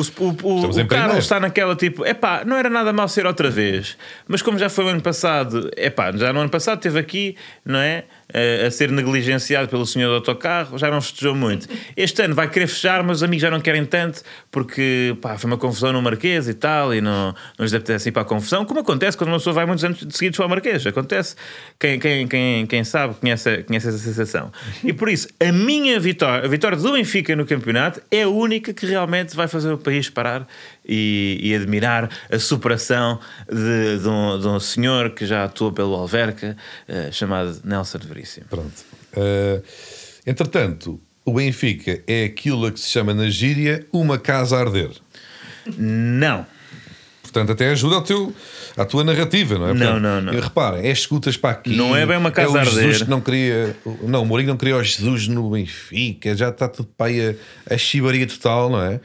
[SPEAKER 2] o, o,
[SPEAKER 3] Estamos em
[SPEAKER 2] o Carlos
[SPEAKER 3] primeiro.
[SPEAKER 2] está naquela tipo, epá, não era nada mal ser outra vez. Mas como já foi o ano passado, epá, já no ano passado esteve aqui, não é? Eh, A ser negligenciado pelo senhor do autocarro, já não festejou muito. Este ano vai querer fechar, mas os amigos já não querem tanto, porque pá, foi uma confusão no Marquês e tal, e não, não lhes apetece ir para a confusão, como acontece quando uma pessoa vai muitos anos seguidos para o Marquês. Acontece. Quem, quem, quem, quem sabe conhece, conhece essa sensação. E por isso, a minha vitória, a vitória do Benfica no campeonato, é a única que realmente vai fazer o país parar e, e admirar a superação de, de um, de um senhor que já atua pelo Alverca, eh, chamado Nelson de Veríssimo.
[SPEAKER 3] Pronto. Uh, entretanto, o Benfica é aquilo a que se chama na gíria uma casa a arder.
[SPEAKER 2] Não.
[SPEAKER 3] Portanto, até ajuda ao teu, à tua narrativa, não é?
[SPEAKER 2] Não,
[SPEAKER 3] Portanto,
[SPEAKER 2] não, não.
[SPEAKER 3] e Reparem, é escutas para aqui.
[SPEAKER 2] Não é bem uma casa
[SPEAKER 3] é o
[SPEAKER 2] a arder.
[SPEAKER 3] Jesus que não queria. Não, o Mourinho não queria o Jesus no Benfica, já está tudo para aí a, a chibaria total, não é? Uh,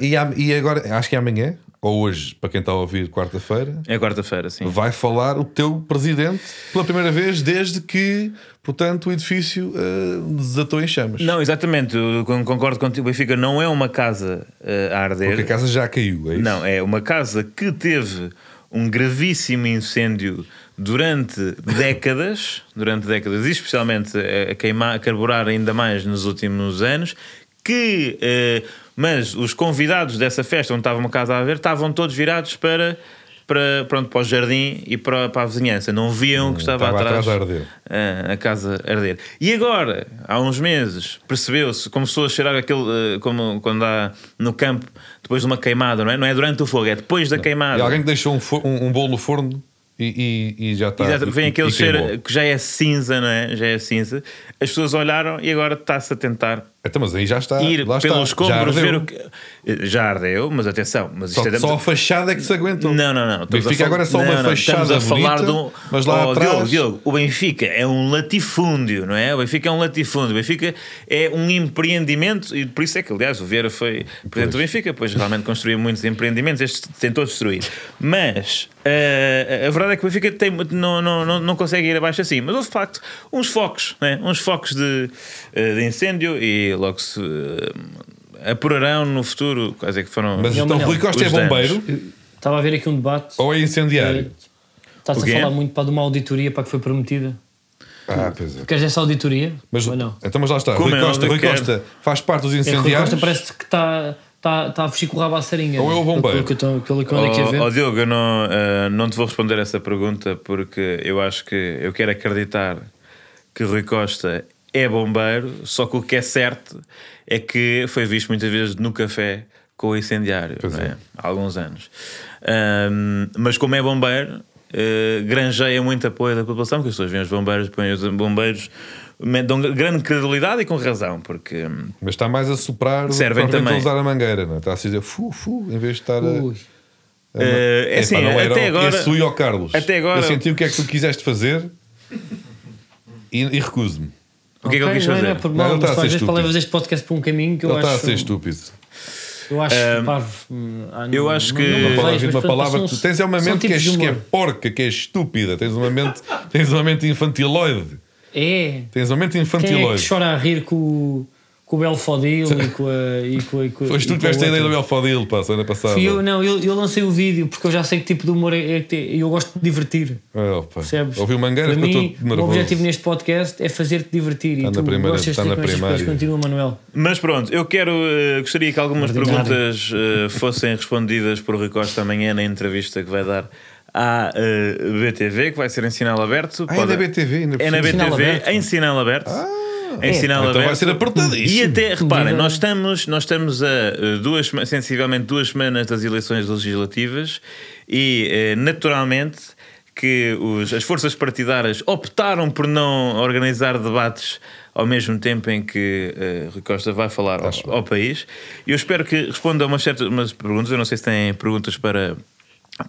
[SPEAKER 3] e, am- e agora, acho que é amanhã, ou hoje, para quem está a ouvir, quarta-feira,
[SPEAKER 2] É quarta-feira, sim.
[SPEAKER 3] vai falar o teu presidente pela primeira vez desde que, portanto, o edifício uh, desatou em chamas.
[SPEAKER 2] Não, exatamente, eu con- concordo contigo. O Benfica não é uma casa eh, a arder.
[SPEAKER 3] Porque a casa já caiu, é isso?
[SPEAKER 2] Não, é uma casa que teve um gravíssimo incêndio durante décadas, durante décadas, e especialmente eh, a, queimar, a carburar ainda mais nos últimos anos, que eh, mas os convidados dessa festa onde estava uma casa a ver estavam todos virados para para, pronto, para o jardim e para, para a vizinhança, não viam o que estava
[SPEAKER 3] Hum, estava
[SPEAKER 2] atrás,
[SPEAKER 3] atrás a arder.
[SPEAKER 2] Ah, a casa a arder. E agora, há uns meses, percebeu-se, começou a cheirar aquele, eh, como quando há no campo, depois de uma queimada, não é? Não é durante o fogo, é depois da queimada.
[SPEAKER 3] E alguém que deixou um, fo- um- um bolo no forno e, e- e já está.
[SPEAKER 2] E já vem
[SPEAKER 3] e-
[SPEAKER 2] aquele
[SPEAKER 3] e
[SPEAKER 2] cheiro
[SPEAKER 3] queimou.
[SPEAKER 2] que já é cinza, não é? Já é cinza. As pessoas olharam e agora está-se a tentar
[SPEAKER 3] Então, mas aí já está.
[SPEAKER 2] ir
[SPEAKER 3] lá
[SPEAKER 2] pelos
[SPEAKER 3] está, já
[SPEAKER 2] escombros, ver
[SPEAKER 3] ardeu.
[SPEAKER 2] o que. Eh, Já ardeu, mas atenção, mas isto
[SPEAKER 3] Só,
[SPEAKER 2] é da-
[SPEAKER 3] só a fachada é que se aguenta.
[SPEAKER 2] Não, não, não. Estamos a
[SPEAKER 3] Benfica
[SPEAKER 2] fal-
[SPEAKER 3] agora é só
[SPEAKER 2] não,
[SPEAKER 3] uma
[SPEAKER 2] não, estamos
[SPEAKER 3] fachada
[SPEAKER 2] a falar
[SPEAKER 3] bonita,
[SPEAKER 2] de um...
[SPEAKER 3] mas lá
[SPEAKER 2] Oh,
[SPEAKER 3] atrás-
[SPEAKER 2] Diogo, Diogo, o Benfica é um latifúndio, não é? O Benfica é um latifúndio. O Benfica é um empreendimento e por isso é que, aliás, o Vieira foi presidente do Benfica, pois realmente construiu muitos empreendimentos, este tentou destruir. Mas eh, a verdade é que o Benfica tem, não, não, não, não consegue ir abaixo assim. Mas houve, de facto, uns focos, não é? Uns focos de, eh, de incêndio e logo se... eh, apurarão no futuro, quais é que foram.
[SPEAKER 3] Mas
[SPEAKER 1] Não,
[SPEAKER 3] então
[SPEAKER 1] mas
[SPEAKER 3] Rui
[SPEAKER 1] não.
[SPEAKER 3] Costa é
[SPEAKER 2] Os danos.
[SPEAKER 3] bombeiro
[SPEAKER 1] Estava a ver aqui um debate.
[SPEAKER 3] ou é incendiário?
[SPEAKER 2] O
[SPEAKER 1] Está-se
[SPEAKER 2] quê?
[SPEAKER 1] a falar muito para de uma auditoria para que foi prometida.
[SPEAKER 3] Ah, pois é.
[SPEAKER 1] Queres essa auditoria?
[SPEAKER 3] Mas,
[SPEAKER 1] Ou não?
[SPEAKER 3] Então, mas lá está.
[SPEAKER 2] Como
[SPEAKER 3] Rui
[SPEAKER 2] é
[SPEAKER 3] Costa,
[SPEAKER 2] óbvio
[SPEAKER 3] Rui
[SPEAKER 2] que é.
[SPEAKER 3] Costa faz parte dos
[SPEAKER 1] É, Rui
[SPEAKER 3] incendiários.
[SPEAKER 1] Costa parece que está tá, tá a fugir com o rabo à seringa. né?
[SPEAKER 3] Ou é o bombeiro?
[SPEAKER 1] Pelo que eu tô- pelo
[SPEAKER 3] é
[SPEAKER 1] que eu ando aqui a
[SPEAKER 2] Oh,
[SPEAKER 1] ver.
[SPEAKER 2] oh, Diogo, eu não, eh, não te vou responder essa pergunta porque eu acho que eu quero acreditar que Rui Costa é bombeiro, só que o que é certo é que foi visto muitas vezes no café com o incendiário
[SPEAKER 3] Pois
[SPEAKER 2] não é?
[SPEAKER 3] é.
[SPEAKER 2] há alguns anos. Ahm, mas como é bombeiro, eh, granjeia muito apoio da população, porque as pessoas veem os bombeiros, põem os bombeiros, me- dão grande credibilidade e com razão,
[SPEAKER 3] É
[SPEAKER 2] porque. hum,
[SPEAKER 3] Mas está mais a soprar do que
[SPEAKER 2] Servem
[SPEAKER 3] propriamente
[SPEAKER 2] também.
[SPEAKER 3] a usar a mangueira, não é? Está a dizer fu, fu, em vez de
[SPEAKER 2] oh,
[SPEAKER 3] estar a.
[SPEAKER 1] Ui.
[SPEAKER 2] é Eh,
[SPEAKER 3] a-
[SPEAKER 2] é
[SPEAKER 3] Epá,
[SPEAKER 2] assim,
[SPEAKER 3] não era
[SPEAKER 2] até
[SPEAKER 3] o-
[SPEAKER 2] agora-
[SPEAKER 3] Esse Rui ao Carlos.
[SPEAKER 2] até agora-
[SPEAKER 3] Eu senti o que é que tu quiseste fazer e, e recuso-me.
[SPEAKER 2] O que é que ele
[SPEAKER 1] Ok,
[SPEAKER 2] quis
[SPEAKER 1] não é-
[SPEAKER 2] fazer?
[SPEAKER 1] Não é por
[SPEAKER 3] Não,
[SPEAKER 1] mal,
[SPEAKER 3] ele
[SPEAKER 1] mas tu
[SPEAKER 3] tá a
[SPEAKER 1] às
[SPEAKER 3] ser
[SPEAKER 1] vezes
[SPEAKER 3] estúpido.
[SPEAKER 1] para levas este podcast para um caminho que eu
[SPEAKER 3] Ele está a
[SPEAKER 1] acho.
[SPEAKER 3] ser estúpido.
[SPEAKER 1] Eu acho
[SPEAKER 2] Ahm,
[SPEAKER 1] parvo. Hum, ah,
[SPEAKER 2] eu
[SPEAKER 1] não-
[SPEAKER 2] acho
[SPEAKER 1] não-
[SPEAKER 2] que-
[SPEAKER 1] não
[SPEAKER 2] Não
[SPEAKER 3] Fala
[SPEAKER 1] vejo,
[SPEAKER 3] de
[SPEAKER 1] mas
[SPEAKER 3] uma
[SPEAKER 1] pronto,
[SPEAKER 3] palavra.
[SPEAKER 1] são-
[SPEAKER 3] Tu tens é uma
[SPEAKER 1] são
[SPEAKER 3] mente que é,
[SPEAKER 1] tipos de
[SPEAKER 3] que é
[SPEAKER 1] humor.
[SPEAKER 3] porca, que é estúpida. Tens uma mente, tens uma mente infantiloide.
[SPEAKER 1] É.
[SPEAKER 3] Tens uma mente
[SPEAKER 1] Quem é que
[SPEAKER 3] infantiloide.
[SPEAKER 1] chora a rir com, o- com o Belfodil e com a. E com, a- e com, a-
[SPEAKER 3] Pois tu
[SPEAKER 1] e com a
[SPEAKER 3] tiveste a ideia do
[SPEAKER 1] outra?
[SPEAKER 3] Belfodil para a semana passada.
[SPEAKER 1] Fui eu, né? não, eu, eu lancei o vídeo porque eu já sei que tipo de humor é, é que tem- eu gosto de divertir.
[SPEAKER 3] Oh, pá.
[SPEAKER 1] Percebes?
[SPEAKER 3] Ouvi o Mangueira,
[SPEAKER 1] Para
[SPEAKER 3] ficou
[SPEAKER 1] mim,
[SPEAKER 3] todo
[SPEAKER 1] o meu
[SPEAKER 3] nervoso.
[SPEAKER 1] objetivo neste podcast é fazer-te divertir
[SPEAKER 3] Está
[SPEAKER 1] e
[SPEAKER 3] na
[SPEAKER 1] tu
[SPEAKER 3] primeira-
[SPEAKER 1] gostas
[SPEAKER 3] está
[SPEAKER 1] de
[SPEAKER 3] na
[SPEAKER 1] ter com estas coisas.
[SPEAKER 3] primária.
[SPEAKER 1] Continua, Manuel.
[SPEAKER 2] Mas pronto, eu quero. eh, gostaria que algumas
[SPEAKER 1] Ordinário.
[SPEAKER 2] perguntas eh, fossem respondidas por Rui Costa amanhã na entrevista que vai dar à eh, BTV, que vai ser em sinal aberto.
[SPEAKER 3] Ah, é na BTV, ainda por
[SPEAKER 2] É na
[SPEAKER 3] cima.
[SPEAKER 1] Sinal Ah.
[SPEAKER 2] BTV,
[SPEAKER 1] aberto.
[SPEAKER 2] em sinal aberto. Em sinal
[SPEAKER 3] Então vai
[SPEAKER 2] aberto.
[SPEAKER 3] ser
[SPEAKER 2] E
[SPEAKER 3] apertadíssimo.
[SPEAKER 2] até, reparem,
[SPEAKER 1] Diga.
[SPEAKER 2] nós estamos, nós estamos a eh, duas, sema- sensivelmente duas semanas das eleições legislativas e, eh, naturalmente, que os- as forças partidárias optaram por não organizar debates ao mesmo tempo em que eh, Rui Costa vai falar ao, ao país. E eu espero que responda a umas certas umas perguntas. Eu não sei se têm perguntas para,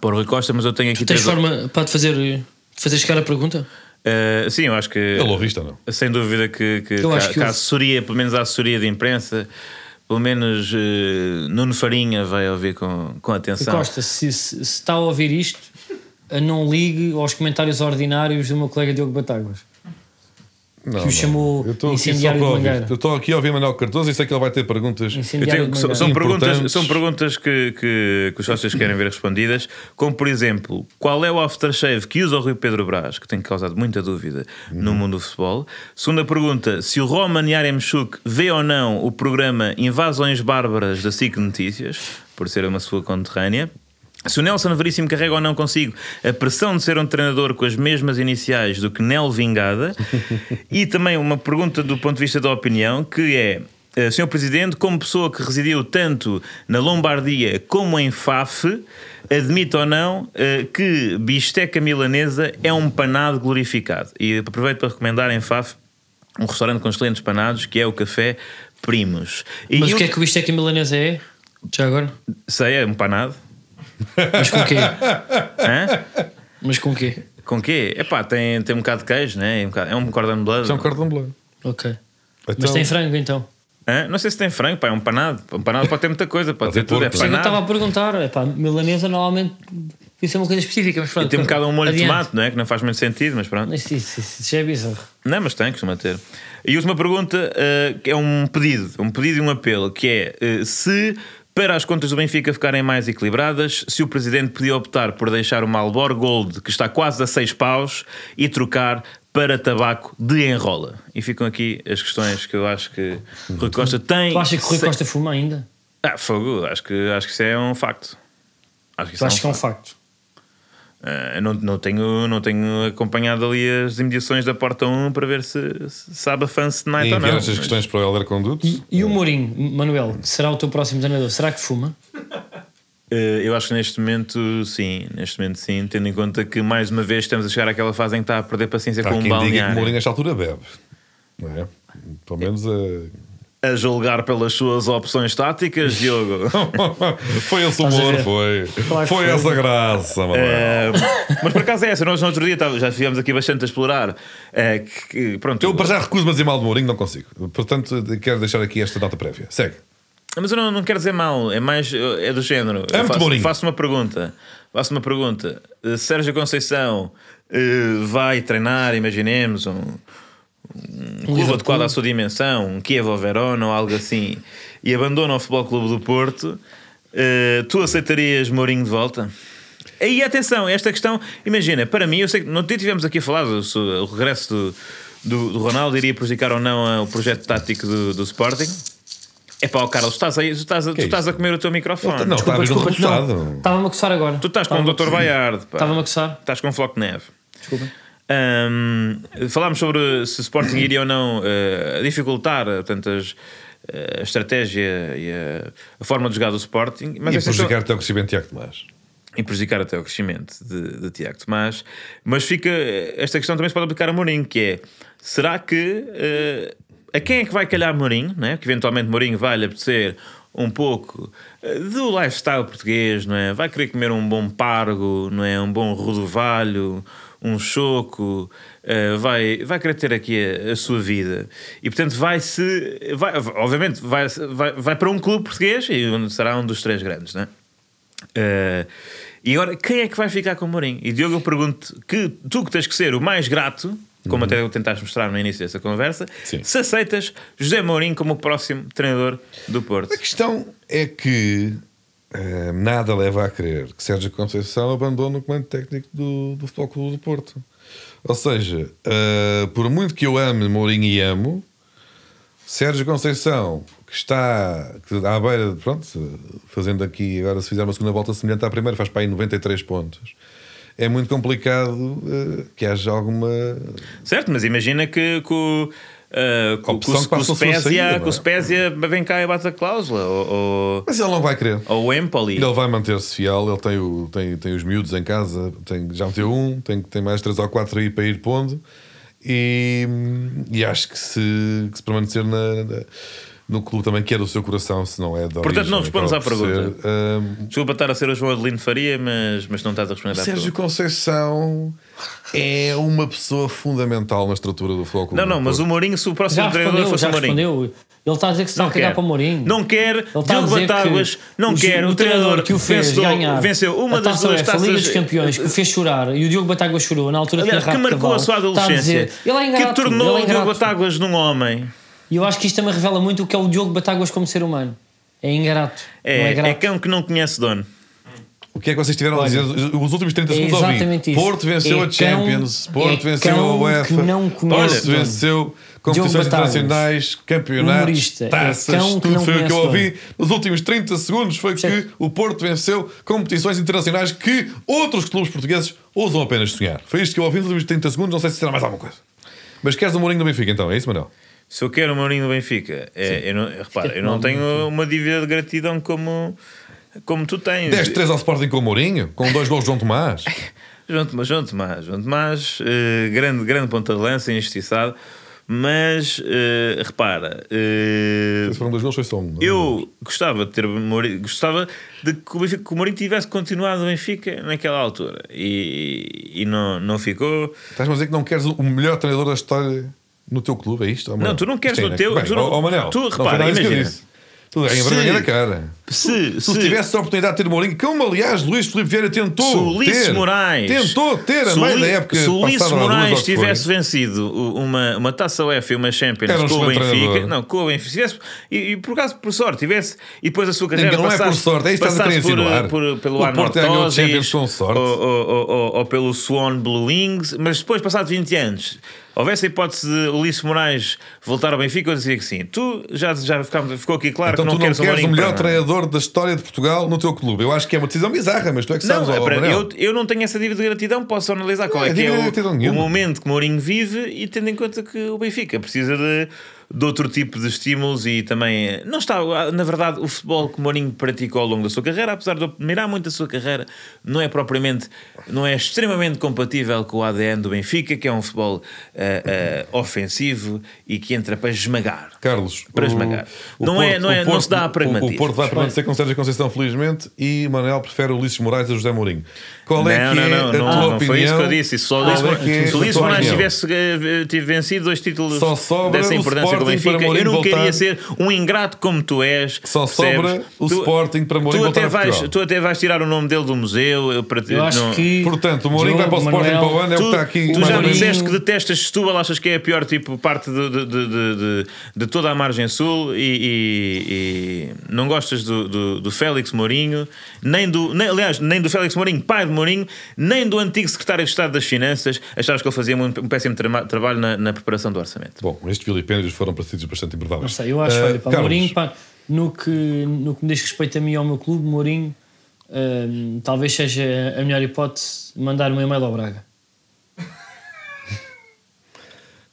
[SPEAKER 2] para o Rui Costa, mas eu tenho aqui
[SPEAKER 1] Tens
[SPEAKER 2] três.
[SPEAKER 1] forma para te fazer, de fazer chegar a pergunta?
[SPEAKER 2] Eh, sim, eu acho que.
[SPEAKER 3] Ele ouviste ou não?
[SPEAKER 2] Sem dúvida que, que,
[SPEAKER 1] Eu
[SPEAKER 2] que
[SPEAKER 1] acho
[SPEAKER 2] a-
[SPEAKER 1] que
[SPEAKER 2] que a
[SPEAKER 1] houve.
[SPEAKER 2] assessoria, pelo menos a assessoria de imprensa, pelo menos eh, Nuno Farinha vai ouvir com, com
[SPEAKER 1] E
[SPEAKER 2] atenção.
[SPEAKER 1] Costa, se, se- se está a ouvir isto, eh, não ligue aos comentários ordinários do meu colega Diogo Batáguas.
[SPEAKER 3] Não,
[SPEAKER 1] que o chamou
[SPEAKER 3] Eu estou aqui só
[SPEAKER 1] incendiário
[SPEAKER 3] para
[SPEAKER 1] de
[SPEAKER 3] ouvir.
[SPEAKER 1] Mangueira.
[SPEAKER 3] Eu estou aqui a ouvir Manuel Cardoso e sei que ele vai ter perguntas.
[SPEAKER 2] Eu
[SPEAKER 1] Incendiário
[SPEAKER 2] tenho-
[SPEAKER 1] de
[SPEAKER 2] são,
[SPEAKER 1] Mangueira.
[SPEAKER 2] são perguntas,
[SPEAKER 3] Importantes.
[SPEAKER 2] são perguntas que, que, que os sócios querem ver respondidas, como por exemplo, qual é o aftershave que usa o Rui Pedro Brás, que tem causado muita dúvida no mundo do futebol. Segunda pergunta, se o Roman Yaremchuk vê ou não o programa Invasões Bárbaras da SIC Notícias, por ser uma sua conterrânea. Se o Nelson Veríssimo carrega ou não consigo a pressão de ser um treinador com as mesmas iniciais do que Nel Vingada, e também uma pergunta do ponto de vista da opinião, que é. eh, Senhor Presidente, como pessoa que residiu tanto na Lombardia como em Faf, admite ou não eh, que bisteca milanesa é um panado glorificado? E aproveito para recomendar em Faf um restaurante com excelentes panados, que é o Café Primos. E
[SPEAKER 1] Mas
[SPEAKER 2] eu-
[SPEAKER 1] o que é que o bisteca milanesa é? Já agora?
[SPEAKER 2] Sei, é um panado.
[SPEAKER 1] Mas com o quê?
[SPEAKER 2] Hã?
[SPEAKER 1] Mas com o quê?
[SPEAKER 2] Com quê? Epá, tem, tem um bocado de queijo, né? É um bocado- é um cordão blado.
[SPEAKER 3] Isso é um cordão blanco.
[SPEAKER 1] Ok. Mas
[SPEAKER 3] Então,
[SPEAKER 1] tem frango então?
[SPEAKER 2] Hã? Não sei se tem frango, pá, é um panado. Um panado pode ter muita coisa, pode
[SPEAKER 3] Pode
[SPEAKER 2] ter
[SPEAKER 3] ter
[SPEAKER 2] tudo. É
[SPEAKER 3] porco. Sim,
[SPEAKER 1] Sim, eu estava a
[SPEAKER 2] panado.
[SPEAKER 1] perguntar. Epá, milanesa normalmente isso é uma coisa específica, mas pronto.
[SPEAKER 2] Tem um bocado um molho de
[SPEAKER 1] adiante.
[SPEAKER 2] tomate, não é? Que não faz muito sentido, mas pronto.
[SPEAKER 1] Mas isso, isso, isso já é bizarro.
[SPEAKER 2] Não, mas tem, costuma ter. E a última pergunta eh, que é um pedido, um pedido e um apelo, que é eh, se Para as contas do Benfica ficarem mais equilibradas, se o presidente podia optar por deixar o Malbor Gold, que está quase a 6 paus, e trocar para tabaco de enrola. E ficam aqui as questões que eu acho que Rui Costa tem.
[SPEAKER 1] Tu acha que o Rui
[SPEAKER 2] sem-
[SPEAKER 1] Costa fuma ainda?
[SPEAKER 2] Ah, fogo, acho que, acho que isso é um facto. Acho
[SPEAKER 1] Tu
[SPEAKER 2] que isso
[SPEAKER 1] achas que é
[SPEAKER 2] é um
[SPEAKER 1] um
[SPEAKER 2] facto.
[SPEAKER 1] facto?
[SPEAKER 2] Ah, não, não, tenho, não tenho acompanhado ali as imediações da porta 1 para ver se, se sabe a fancy
[SPEAKER 3] E
[SPEAKER 2] night ou não.
[SPEAKER 3] enviar estas
[SPEAKER 2] mas-
[SPEAKER 3] questões para o Helder Conduto.
[SPEAKER 1] E o Mourinho, Manuel, que será o teu próximo treinador? Será que fuma?
[SPEAKER 2] Eh, Eu acho que neste momento sim, neste momento sim, tendo em conta que mais uma vez estamos a chegar àquela fase em que está a perder paciência
[SPEAKER 3] Há
[SPEAKER 2] com um
[SPEAKER 3] quem diga que
[SPEAKER 2] balneário.
[SPEAKER 3] Mourinho, a esta altura, bebe. Não é? Pelo menos eh, a.
[SPEAKER 2] A julgar pelas suas opções táticas, Diogo.
[SPEAKER 3] foi esse
[SPEAKER 1] Estás a
[SPEAKER 3] humor,
[SPEAKER 1] ver?
[SPEAKER 3] foi.
[SPEAKER 1] Claro que foi.
[SPEAKER 3] foi essa graça, Manuel.
[SPEAKER 2] Eh, mas por acaso é essa, nós no outro dia tá- já estivemos aqui bastante a explorar. eh, que- que- pronto,
[SPEAKER 3] Eu para já recuso-me a dizer mal de Mourinho, não consigo. Portanto, quero deixar aqui esta nota prévia. Segue.
[SPEAKER 2] Mas eu não, não quero dizer mal, é mais eu- é do género. Eu
[SPEAKER 3] Amo-te,
[SPEAKER 2] faço,
[SPEAKER 3] Mourinho.
[SPEAKER 2] faço uma pergunta. Faço uma pergunta. Eh, Sérgio Conceição eh, vai treinar, imaginemos, um, um clube
[SPEAKER 1] Liverpool.
[SPEAKER 2] adequado à sua dimensão, um Kiev ou Verona ou algo assim, e abandona o Futebol Clube do Porto. eh, tu aceitarias Mourinho de volta? E atenção, esta questão, imagina, para mim, eu sei que não tivemos aqui a falar do, se o regresso do, do, do Ronaldo iria prejudicar ou não eh, o projeto tático do, do Sporting. É pá, Carlos, estás aí, tu estás, a- tu
[SPEAKER 3] é
[SPEAKER 2] estás
[SPEAKER 3] isto?
[SPEAKER 2] a comer o teu microfone.
[SPEAKER 3] Não, está a abrir um
[SPEAKER 1] Desculpa, desculpa, não.
[SPEAKER 3] resultado.
[SPEAKER 1] Estava-me a coçar agora.
[SPEAKER 2] Tu estás com o Dr. Baiardo, pá.
[SPEAKER 1] Estava-me a coçar.
[SPEAKER 2] Estás com um floco de neve.
[SPEAKER 1] Desculpa.
[SPEAKER 2] Ahm, falámos sobre se Sporting iria ou não eh, dificultar eh, portanto, as- eh, a estratégia e a, a forma de jogar do Sporting. Mas
[SPEAKER 3] E
[SPEAKER 2] essa questão-
[SPEAKER 3] prejudicar até o crescimento de Tiago Tomás.
[SPEAKER 2] e prejudicar até o crescimento de, de Tiago Tomás. Mas fica. Esta questão também se pode aplicar a Mourinho, que é: será que. eh, a quem é que vai calhar Mourinho, né? que eventualmente Mourinho vai lhe apetecer um pouco eh, do lifestyle português, não é? Vai querer comer um bom pargo, não é? Um bom rodovalho, um choco, eh, vai, vai querer ter aqui a, a sua vida. E portanto vai-se. Vai, obviamente vai, vai, vai para um clube português e onde será um dos três grandes, não é? Eh, e agora, quem é que vai ficar com o Mourinho? E Diogo, eu pergunto que tu que tens que ser o mais grato, como até eu tentaste mostrar no início dessa conversa,
[SPEAKER 3] Uhum. Sim.
[SPEAKER 2] se aceitas José Mourinho como o próximo treinador do Porto.
[SPEAKER 3] A questão é que eh, nada leva a crer que Sérgio Conceição abandone o comando técnico do, do Futebol Clube do Porto. Ou seja, eh, por muito que eu ame Mourinho e amo, Sérgio Conceição, que está que à beira, de- pronto, fazendo aqui agora, se fizer uma segunda volta semelhante à primeira, faz para aí 93 pontos. É muito complicado eh, que haja alguma.
[SPEAKER 2] Certo, mas imagina que, que o. eh, que o- que
[SPEAKER 3] Opção
[SPEAKER 2] o
[SPEAKER 3] que passou a sua
[SPEAKER 2] Spezia,
[SPEAKER 3] saída,
[SPEAKER 2] que
[SPEAKER 3] não
[SPEAKER 2] o
[SPEAKER 3] é?
[SPEAKER 2] Spezia vem cá e bate a cláusula, ou, ou,
[SPEAKER 3] Mas ele não vai querer.
[SPEAKER 2] ou o Empoli.
[SPEAKER 3] Ele vai manter-se fiel, ele tem, o, tem, tem os miúdos em casa, tem, já meteu um, tem, tem mais três ou quatro aí para ir pondo. E, e acho que se, que se permanecer na- na- no clube também quer o seu coração, se não é de
[SPEAKER 2] Portanto, não
[SPEAKER 3] origem,
[SPEAKER 2] respondes à
[SPEAKER 3] acaba por
[SPEAKER 2] pergunta.
[SPEAKER 3] ser. Ahm,
[SPEAKER 2] Desculpa estar a ser o João Adelino Faria, mas, mas não estás a responder à
[SPEAKER 3] Sérgio
[SPEAKER 2] pergunta.
[SPEAKER 3] Conceição é uma pessoa fundamental na estrutura do Futebol Clube
[SPEAKER 2] Não, não,
[SPEAKER 3] do
[SPEAKER 2] mas o
[SPEAKER 3] Porto.
[SPEAKER 2] Mourinho, se o próximo
[SPEAKER 1] Já
[SPEAKER 2] treinador
[SPEAKER 1] respondeu,
[SPEAKER 2] fosse
[SPEAKER 1] já
[SPEAKER 2] o Mourinho.
[SPEAKER 1] respondeu. Ele está a dizer que se está a cagar para o Mourinho.
[SPEAKER 2] Não quer
[SPEAKER 1] Ele está a
[SPEAKER 2] Diogo
[SPEAKER 1] dizer que
[SPEAKER 2] Batáguas, não
[SPEAKER 1] o-
[SPEAKER 2] quer o, treinador
[SPEAKER 1] que o fez
[SPEAKER 2] vencedor,
[SPEAKER 1] ganhar
[SPEAKER 2] venceu uma
[SPEAKER 1] a
[SPEAKER 2] das
[SPEAKER 1] taça
[SPEAKER 2] duas
[SPEAKER 1] UEFA, a Liga dos
[SPEAKER 2] taças
[SPEAKER 1] Campeões, que o fez chorar e o Diogo Batáguas chorou na altura
[SPEAKER 2] aliás,
[SPEAKER 1] de
[SPEAKER 2] que marcou a sua adolescência,
[SPEAKER 1] tá ele é ingrato,
[SPEAKER 2] que tornou
[SPEAKER 1] ele é
[SPEAKER 2] o Diogo
[SPEAKER 1] ingrato.
[SPEAKER 2] Batáguas num homem.
[SPEAKER 1] E eu acho que isto também revela muito o que é o Diogo Batáguas como ser humano. É ingrato. não
[SPEAKER 2] É,
[SPEAKER 1] é
[SPEAKER 2] é,
[SPEAKER 1] grato.
[SPEAKER 2] cão que não conhece dono.
[SPEAKER 3] O que é que vocês tiveram a
[SPEAKER 1] Olha,
[SPEAKER 3] dizer? Os últimos 30
[SPEAKER 1] é
[SPEAKER 3] segundos
[SPEAKER 1] exatamente
[SPEAKER 3] ouvi.
[SPEAKER 1] isso.
[SPEAKER 3] Porto venceu
[SPEAKER 1] É
[SPEAKER 3] a
[SPEAKER 1] cão-
[SPEAKER 3] Champions, Porto
[SPEAKER 1] é
[SPEAKER 3] venceu a
[SPEAKER 1] cão
[SPEAKER 3] UEFA,
[SPEAKER 1] que não conhece
[SPEAKER 3] Porto
[SPEAKER 1] dono.
[SPEAKER 3] venceu competições
[SPEAKER 1] Diogo Batáguas,
[SPEAKER 3] internacionais, campeonatos,
[SPEAKER 1] humorista, é
[SPEAKER 3] taças,
[SPEAKER 1] cão que
[SPEAKER 3] tudo
[SPEAKER 1] não
[SPEAKER 3] foi o que eu
[SPEAKER 1] conhece
[SPEAKER 3] ouvi. Nos últimos 30 segundos foi que
[SPEAKER 1] Certo.
[SPEAKER 3] o Porto venceu competições internacionais que outros clubes portugueses ousam apenas sonhar. Foi isto que eu ouvi nos últimos 30 segundos, não sei se será mais alguma coisa. Mas queres o Mourinho do Benfica então, é isso, Manuel?
[SPEAKER 2] Se eu quero o Mourinho do Benfica, é, eu não, repara, eu não tenho uma dívida de gratidão como, como tu tens.
[SPEAKER 3] 10-3 ao Sporting com o Mourinho, com dois gols de João Tomás.
[SPEAKER 2] João Tomás, João Tomás, João Tomás eh, grande, grande ponta de lança, injustiçado, mas eh, repara, eh,
[SPEAKER 3] Se foram dois gols, foi só um.
[SPEAKER 2] Eu gostava de ter Mourinho, gostava de que o, Benfica, que o Mourinho tivesse continuado no Benfica naquela altura e, e não, não ficou.
[SPEAKER 3] Estás-me a dizer que não queres o melhor treinador da história no teu clube, é isto? ó, Manuel?
[SPEAKER 2] Não, tu não queres
[SPEAKER 3] Isto é
[SPEAKER 2] no teu- tu não-
[SPEAKER 3] inacreditável. Bem, ó, ó, Manuel,
[SPEAKER 2] tu,
[SPEAKER 3] não foi
[SPEAKER 2] repara,
[SPEAKER 3] nada disso que eu
[SPEAKER 2] imagina.
[SPEAKER 3] disse. Tudo em
[SPEAKER 2] Se-
[SPEAKER 3] vergonha na cara.
[SPEAKER 2] Se,
[SPEAKER 3] Se, tivesse a oportunidade de ter Mourinho, como aliás Luís Filipe Vieira tentou
[SPEAKER 2] Se o Ulisses
[SPEAKER 3] ter,
[SPEAKER 2] Moraes
[SPEAKER 3] tentou ter a
[SPEAKER 2] se o
[SPEAKER 3] meio
[SPEAKER 2] Uli-
[SPEAKER 3] da época
[SPEAKER 2] se o Ulisses
[SPEAKER 3] passada, algumas, ou
[SPEAKER 2] Moraes
[SPEAKER 3] o que foi.
[SPEAKER 2] tivesse vencido u- uma, uma taça UEFA e uma Champions
[SPEAKER 3] Era um
[SPEAKER 2] com o
[SPEAKER 3] excelente
[SPEAKER 2] Benfica
[SPEAKER 3] treinador.
[SPEAKER 2] não, com o Benfica se tivesse, e, e por acaso por sorte tivesse e depois a sua carreira
[SPEAKER 3] Não é por
[SPEAKER 2] passasse-
[SPEAKER 3] sorte, é isso que estás a
[SPEAKER 2] passasse
[SPEAKER 3] querer
[SPEAKER 2] por,
[SPEAKER 3] insinuar.
[SPEAKER 2] por- pelo
[SPEAKER 3] O Porto ganhou
[SPEAKER 2] Arnortosis,
[SPEAKER 3] Champions com sorte.
[SPEAKER 2] Ou, ou- ou- ou- ou pelo Swan Blue Wings mas depois passados 20 anos houvesse a hipótese de Ulisses Moraes voltar ao Benfica eu dizia que sim tu já, já ficou, ficou aqui claro
[SPEAKER 3] Então
[SPEAKER 2] que não
[SPEAKER 3] tu não
[SPEAKER 2] queres,
[SPEAKER 3] queres
[SPEAKER 2] Mourinho
[SPEAKER 3] o melhor
[SPEAKER 2] para-
[SPEAKER 3] treinador da história de Portugal no teu clube. Eu acho que é uma decisão bizarra, mas tu é que sabes,
[SPEAKER 2] Não,
[SPEAKER 3] ó,
[SPEAKER 2] para-
[SPEAKER 3] Manel.
[SPEAKER 2] eu, eu não tenho essa dívida de gratidão, posso analisar qual
[SPEAKER 3] Não,
[SPEAKER 2] é,
[SPEAKER 3] é
[SPEAKER 2] que é
[SPEAKER 3] dívida de
[SPEAKER 2] o,
[SPEAKER 3] gratidão nenhuma.
[SPEAKER 2] o momento que Mourinho vive e tendo em conta que o Benfica precisa de, de outro tipo de estímulos e também eh, não está, na verdade, o futebol que Mourinho praticou ao longo da sua carreira, apesar de eu admirar muito a sua carreira, não é propriamente, não é extremamente compatível com o ADN do Benfica, que é um futebol eh, eh, ofensivo e que entra para esmagar.
[SPEAKER 3] Carlos,
[SPEAKER 2] Para esmagar. Não é- não é- não se dá a pragmatismo.
[SPEAKER 3] O Porto vai permanecer com Sérgio Conceição, felizmente, e Manel prefere o Ulisses Moraes a José Mourinho. Qual é
[SPEAKER 2] não,
[SPEAKER 3] que
[SPEAKER 2] não,
[SPEAKER 3] é
[SPEAKER 2] não, não,
[SPEAKER 3] a tua
[SPEAKER 2] não,
[SPEAKER 3] opinião?
[SPEAKER 2] foi isso que eu disse. Se o
[SPEAKER 3] Qual é
[SPEAKER 2] Luís
[SPEAKER 3] que é
[SPEAKER 2] Moraes- se o
[SPEAKER 3] a
[SPEAKER 2] Luís
[SPEAKER 3] tua
[SPEAKER 2] Moraes
[SPEAKER 3] opinião?
[SPEAKER 2] tivesse, eh, tivesse vencido dois títulos
[SPEAKER 3] Só sobra
[SPEAKER 2] dessa
[SPEAKER 3] o
[SPEAKER 2] importância com o
[SPEAKER 3] Sporting para
[SPEAKER 2] Benfica, eu
[SPEAKER 3] Mourinho
[SPEAKER 2] não queria
[SPEAKER 3] voltar.
[SPEAKER 2] ser um ingrato como tu és.
[SPEAKER 3] Só
[SPEAKER 2] percebes?
[SPEAKER 3] sobra o Sporting para Mourinho
[SPEAKER 2] tu até,
[SPEAKER 3] voltar a
[SPEAKER 2] vais,
[SPEAKER 3] Portugal.
[SPEAKER 2] tu até vais tirar o nome dele do museu. Eu, para,
[SPEAKER 1] Eu acho
[SPEAKER 2] não-
[SPEAKER 1] que.
[SPEAKER 3] Portanto, o Mourinho vai para o
[SPEAKER 1] Diogo,
[SPEAKER 3] Sporting
[SPEAKER 1] Manuel,
[SPEAKER 3] para o ano, é o que
[SPEAKER 2] Tu,
[SPEAKER 3] está aqui.
[SPEAKER 2] tu
[SPEAKER 3] mais
[SPEAKER 2] já
[SPEAKER 3] ou
[SPEAKER 2] me
[SPEAKER 3] menos.
[SPEAKER 2] disseste que detestas Setúbal, achas que é a pior tipo, parte de, de, de, de- de- de toda a margem sul e, e- e não gostas do, do, do Félix Mourinho, nem do, nem- aliás, nem do Félix Mourinho, pai de Mourinho, nem do antigo secretário de Estado das Finanças, achavas que ele fazia um, um péssimo trama- trabalho na, na preparação do orçamento.
[SPEAKER 3] Bom, estes vilipêndios foram partidos bastante improváveis.
[SPEAKER 1] Não sei, eu acho,
[SPEAKER 3] Ah,
[SPEAKER 1] olha, pá,
[SPEAKER 3] Carlos,
[SPEAKER 1] Mourinho, pá, no, que, no que me diz respeito a mim e ao meu clube, Mourinho, hum, talvez seja a melhor hipótese mandar um e-mail ao Braga.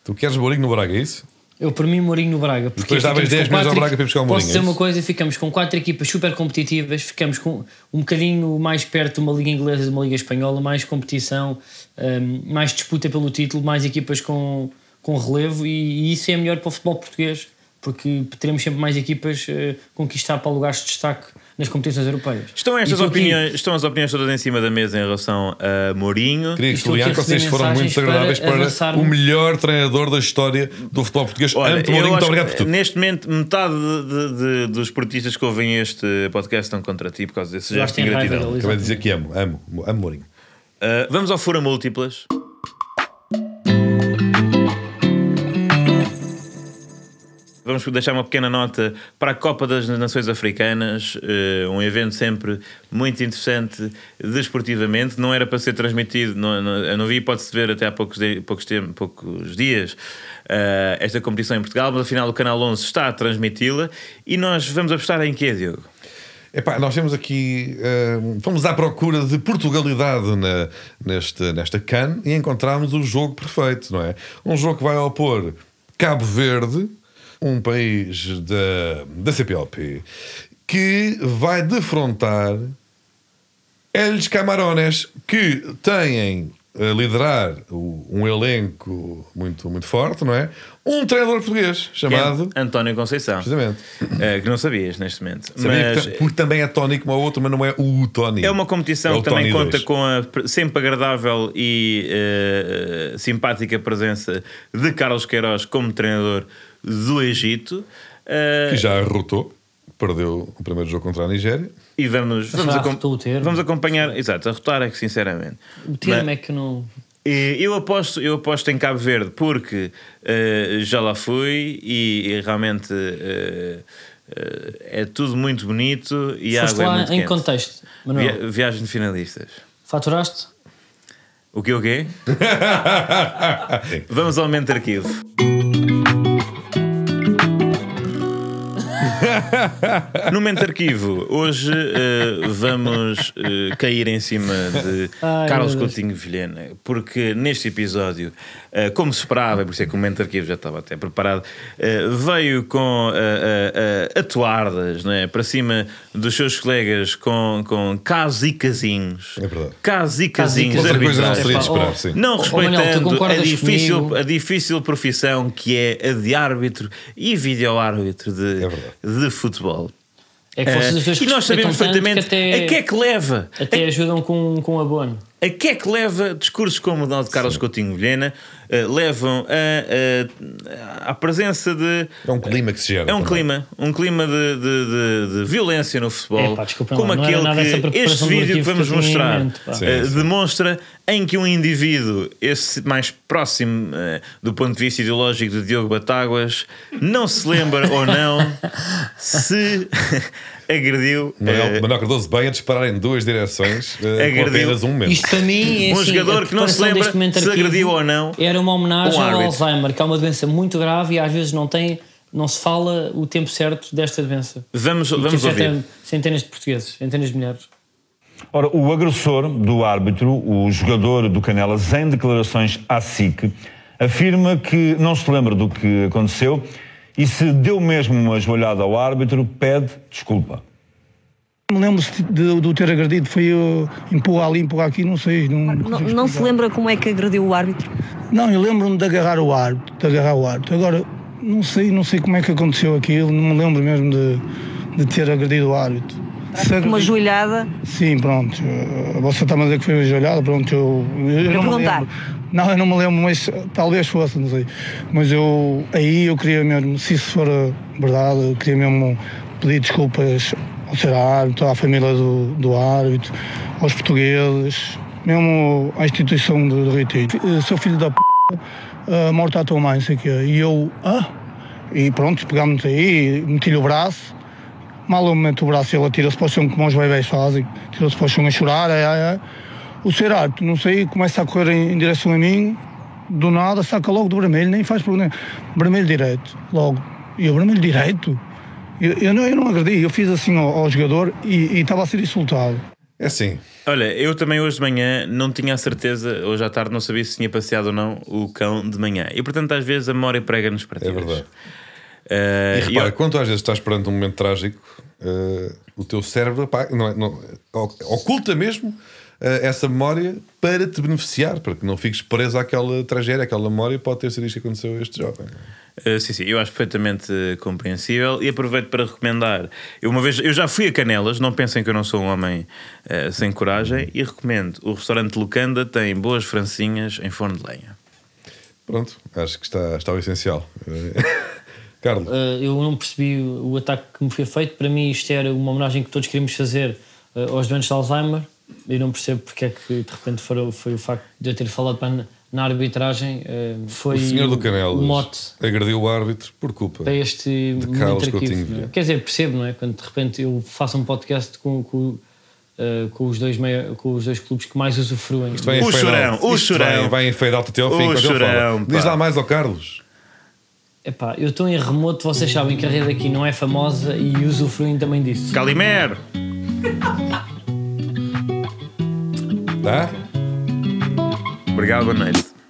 [SPEAKER 3] Tu queres Mourinho no Braga, é isso?
[SPEAKER 1] Eu, para mim, Mourinho no Braga. Porque
[SPEAKER 3] Depois dá
[SPEAKER 1] ficamos
[SPEAKER 3] mais 10
[SPEAKER 1] com
[SPEAKER 3] milhões ao
[SPEAKER 1] quatro
[SPEAKER 3] Braga para ir buscar o
[SPEAKER 1] Posso
[SPEAKER 3] Mourinho,
[SPEAKER 1] dizer
[SPEAKER 3] é
[SPEAKER 1] uma
[SPEAKER 3] isso?
[SPEAKER 1] coisa, ficamos com quatro equipas super competitivas, ficamos com um bocadinho mais perto de uma liga inglesa, de uma liga espanhola, mais competição, hum, mais disputa pelo título, mais equipas com, com relevo e, e isso é melhor para o futebol português, porque teremos sempre mais equipas eh, conquistar para lugares de destaque nas competições europeias.
[SPEAKER 2] Estão
[SPEAKER 1] E
[SPEAKER 2] estas
[SPEAKER 1] tu aqui-
[SPEAKER 2] opiniões, estão as opiniões todas em cima da mesa em relação a Mourinho.
[SPEAKER 3] Queria
[SPEAKER 1] E
[SPEAKER 3] que
[SPEAKER 1] estou aqui
[SPEAKER 3] sublinhar
[SPEAKER 1] a
[SPEAKER 3] que vocês
[SPEAKER 1] receber
[SPEAKER 3] foram muito
[SPEAKER 1] mensagens para
[SPEAKER 3] desagradáveis para,
[SPEAKER 1] avançar-
[SPEAKER 3] o melhor treinador da história do futebol português.
[SPEAKER 2] Olha,
[SPEAKER 3] Ante
[SPEAKER 2] eu
[SPEAKER 3] Mourinho, muito
[SPEAKER 2] acho
[SPEAKER 3] obrigado
[SPEAKER 2] que
[SPEAKER 3] por tudo.
[SPEAKER 2] Neste momento, metade de- de- de- dos portistas que ouvem este podcast estão contra ti por causa desse
[SPEAKER 1] Eu
[SPEAKER 2] gesto
[SPEAKER 1] acho que
[SPEAKER 2] de
[SPEAKER 1] tem raiva
[SPEAKER 2] gratidão.
[SPEAKER 1] dele.
[SPEAKER 3] Acabei de dizer que amo, amo, amo Mourinho.
[SPEAKER 2] Uh, vamos ao Fura Múltiplas. Vamos deixar uma pequena nota para a Copa das Nações Africanas, eh, um evento sempre muito interessante desportivamente. Não era para ser transmitido, não, não, eu não vi hipótese de ver até há poucos, de- poucos, tem- poucos dias eh, esta competição em Portugal, mas afinal o Canal 11 está a transmiti-la e nós vamos apostar em quê, Diogo?
[SPEAKER 3] Epá, nós temos aqui. eh, fomos à procura de Portugalidade na, neste, nesta CAN e encontramos o jogo perfeito, não é? Um jogo que vai opor Cabo Verde, um país da, da CPLP, que vai defrontar Eles Camarones, que têm a liderar o- um elenco muito, muito forte, não é? Um treinador português chamado.
[SPEAKER 2] António Conceição.
[SPEAKER 3] Precisamente.
[SPEAKER 2] Eh, que não sabias neste momento.
[SPEAKER 3] Sabia
[SPEAKER 2] Mas-
[SPEAKER 3] que tam- porque também é Tony como a outra, mas não é o Tony.
[SPEAKER 2] É uma competição
[SPEAKER 3] É o
[SPEAKER 2] que também
[SPEAKER 3] Tony
[SPEAKER 2] conta
[SPEAKER 3] dois.
[SPEAKER 2] com a pre- sempre agradável e eh, simpática presença de Carlos Queiroz como treinador do Egito. Eh,
[SPEAKER 3] Que já arrotou, perdeu o primeiro jogo contra a Nigéria.
[SPEAKER 2] E vamos, vamos,
[SPEAKER 1] já
[SPEAKER 2] acom-
[SPEAKER 1] arrotou o termo.
[SPEAKER 2] vamos acompanhar. Exato, arrotar é que sinceramente.
[SPEAKER 1] O termo
[SPEAKER 2] Mas-
[SPEAKER 1] é que não.
[SPEAKER 2] Eh, Eu aposto, eu aposto em Cabo Verde porque eh, já lá fui e, e realmente eh, eh, é tudo muito bonito e a
[SPEAKER 1] Foste
[SPEAKER 2] água é
[SPEAKER 1] lá
[SPEAKER 2] muito
[SPEAKER 1] em é?
[SPEAKER 2] quente.
[SPEAKER 1] contexto, Manuel.
[SPEAKER 2] Via- viagem de finalistas.
[SPEAKER 1] Faturaste?
[SPEAKER 2] O que o quê? Vamos ao momento de arquivo. No momento de arquivo, hoje eh, vamos eh, cair em cima de
[SPEAKER 1] Ai,
[SPEAKER 2] Carlos
[SPEAKER 1] meu Deus.
[SPEAKER 2] Coutinho Vilhena, porque neste episódio, eh, como se esperava, e por isso é que o momento de arquivo já estava até preparado, eh, veio com eh, eh, eh, atuardas não é? para cima dos seus colegas com, com casos e casinhos.
[SPEAKER 3] É verdade.
[SPEAKER 2] Casos e casinhos.
[SPEAKER 1] Outra
[SPEAKER 3] coisa não
[SPEAKER 2] arbitrais.
[SPEAKER 3] seria de esperar,
[SPEAKER 1] Epá, oh,
[SPEAKER 3] sim.
[SPEAKER 2] é Não
[SPEAKER 1] Oh, Manel, tu
[SPEAKER 2] respeitando a,
[SPEAKER 1] concordas
[SPEAKER 2] difícil,
[SPEAKER 1] comigo?
[SPEAKER 2] a difícil profissão que é a de árbitro e videoárbitro de,
[SPEAKER 3] É verdade.
[SPEAKER 2] de futebol.
[SPEAKER 1] É que
[SPEAKER 2] Eh,
[SPEAKER 1] vocês os dois
[SPEAKER 2] e nós sabemos
[SPEAKER 1] respeitam tanto
[SPEAKER 2] perfeitamente
[SPEAKER 1] que até-
[SPEAKER 2] a que é que leva.
[SPEAKER 1] Até ajudam com, com abono.
[SPEAKER 2] A que é que leva discursos como o de Carlos Coutinho Vilhena eh, levam a- a- à presença de.
[SPEAKER 3] É um clima que se gera.
[SPEAKER 2] É um
[SPEAKER 3] também.
[SPEAKER 2] clima, um clima de, de- de- de violência no futebol,
[SPEAKER 1] Epá, desculpem
[SPEAKER 2] como
[SPEAKER 1] lá, não era
[SPEAKER 2] aquele
[SPEAKER 1] nada essa
[SPEAKER 2] que
[SPEAKER 1] preparação
[SPEAKER 2] este
[SPEAKER 1] do
[SPEAKER 2] vídeo que
[SPEAKER 1] arquivo
[SPEAKER 2] vamos
[SPEAKER 1] que eu tinha em
[SPEAKER 2] mostrar
[SPEAKER 1] mente, pá.
[SPEAKER 2] eh,
[SPEAKER 3] Sim, sim.
[SPEAKER 2] demonstra em que um indivíduo, esse mais próximo eh, do ponto de vista ideológico de Diogo Batáguas, não se lembra ou não se agrediu eh,
[SPEAKER 3] Manuel, Manuel Cardoso bem a disparar em duas direções eh,
[SPEAKER 2] Agrediu.
[SPEAKER 3] com apenas um momento.
[SPEAKER 1] Isto para mim é
[SPEAKER 2] um
[SPEAKER 1] assim,
[SPEAKER 2] jogador
[SPEAKER 1] a
[SPEAKER 2] que não se
[SPEAKER 1] preparação
[SPEAKER 2] lembra
[SPEAKER 1] deste momento
[SPEAKER 2] se
[SPEAKER 1] arquivo
[SPEAKER 2] agrediu ou não.
[SPEAKER 1] Era uma homenagem
[SPEAKER 2] Um
[SPEAKER 1] ao
[SPEAKER 2] árbitro.
[SPEAKER 1] Alzheimer, que é uma doença muito grave e às vezes não tem, não se fala o tempo certo desta doença.
[SPEAKER 2] Vamos,
[SPEAKER 1] E que
[SPEAKER 2] vamos
[SPEAKER 1] afeta
[SPEAKER 2] ouvir.
[SPEAKER 1] Centenas de portugueses, centenas de mulheres.
[SPEAKER 4] Ora, o agressor do árbitro, o jogador do Canelas, em declarações à SIC, afirma que não se lembra do que aconteceu e se deu mesmo uma joelhada ao árbitro, pede desculpa.
[SPEAKER 5] Não me lembro se de, de o ter agredido, foi eu empurrar ali, empurrar aqui, não sei. Não,
[SPEAKER 6] Não,
[SPEAKER 5] consigo
[SPEAKER 6] não se
[SPEAKER 5] explicar.
[SPEAKER 6] lembra como é que agrediu o árbitro?
[SPEAKER 5] Não, eu lembro-me de agarrar o árbitro, de agarrar o árbitro. Agora, não sei, não sei como é que aconteceu aquilo, não me lembro mesmo de, de ter agredido o árbitro. Se
[SPEAKER 6] Uma
[SPEAKER 5] agredi-
[SPEAKER 6] joelhada?
[SPEAKER 5] Sim, pronto. eh, Você está-me a dizer que foi uma joelhada, pronto, eu, eu,
[SPEAKER 6] Para
[SPEAKER 5] não me
[SPEAKER 6] perguntar.
[SPEAKER 5] lembro. Não, eu não me lembro, mas eh, talvez fosse, não sei. Mas eu, aí eu queria mesmo, se isso for eh, verdade, eu queria mesmo pedir desculpas ao ser árbitro, à família do, do árbitro, aos portugueses, mesmo à instituição do, do Retiro. Eh, Seu filho da p***, eh, morta a tua mãe, sei o quê. E eu, ah? E pronto, pegámos aí, meti-lhe o braço, Mal eu meto o braço e ele atira-se para o chão, como os bebés fazem, atira-se para o chão a chorar. Ai, ai, ai. O ser árbitro, não sei, começa a correr em, em direção a mim, do nada, saca logo do vermelho, nem faz problema. Vermelho direito, logo. E eu, vermelho direito? Eu, eu não, eu não agredi, eu fiz assim ao, ao jogador e e estava a ser insultado.
[SPEAKER 3] É assim.
[SPEAKER 2] Olha, eu também hoje de manhã não tinha a certeza, hoje à tarde não sabia se tinha passeado ou não o cão de manhã. E portanto, às vezes a memória prega-nos
[SPEAKER 3] É
[SPEAKER 2] partidas.
[SPEAKER 3] verdade.
[SPEAKER 2] Eh,
[SPEAKER 3] E
[SPEAKER 2] e
[SPEAKER 3] repara,
[SPEAKER 2] eu-
[SPEAKER 3] quando às vezes estás perante um momento trágico, eh, o teu cérebro pá, não é- não- oc- oculta mesmo eh, essa memória para te beneficiar, para que não fiques preso àquela tragédia, àquela memória. Pode ter sido isto que aconteceu a este jovem.
[SPEAKER 2] Uh, sim, sim, eu acho perfeitamente uh, compreensível e aproveito para recomendar. Eu, uma vez, eu já fui a Canelas, não pensem que eu não sou um homem uh, sem coragem, e recomendo. O restaurante Lucanda tem boas francinhas em forno de lenha.
[SPEAKER 3] Pronto, acho que está, está o essencial. Eh, Carlos,
[SPEAKER 1] Uh, eu não percebi o, o ataque que me foi feito. Para mim, isto era uma homenagem que todos queríamos fazer uh, aos doentes de Alzheimer. Eu não percebo porque é que de repente foi, o- foi o facto de eu ter falado para na, na arbitragem. uh, foi
[SPEAKER 3] o senhor do Canelas
[SPEAKER 1] o mote
[SPEAKER 3] agrediu o árbitro por culpa.
[SPEAKER 1] para este
[SPEAKER 3] Carlos
[SPEAKER 1] momento
[SPEAKER 3] Coutinho
[SPEAKER 1] arquivo. não é?
[SPEAKER 3] Vilhena.
[SPEAKER 1] Quer dizer, percebo, não é? Quando de repente eu faço um podcast com, com, uh, com os, dois meia- com os dois clubes que mais usufruem.
[SPEAKER 3] Isto vai em
[SPEAKER 2] O
[SPEAKER 3] fade
[SPEAKER 2] chorão,
[SPEAKER 3] out.
[SPEAKER 2] o
[SPEAKER 3] Isto
[SPEAKER 2] chorão.
[SPEAKER 3] Vai, vai em fade out até ao
[SPEAKER 2] O
[SPEAKER 3] fim. enquanto ele fala.
[SPEAKER 2] chorão, pá.
[SPEAKER 3] Diz lá mais ao Carlos.
[SPEAKER 1] Epá, eu estou em remoto, vocês sabem que a rede aqui não é famosa e usufruem também disso.
[SPEAKER 2] Calimero!
[SPEAKER 3] Tá? tá?
[SPEAKER 2] Obrigado, boa noite.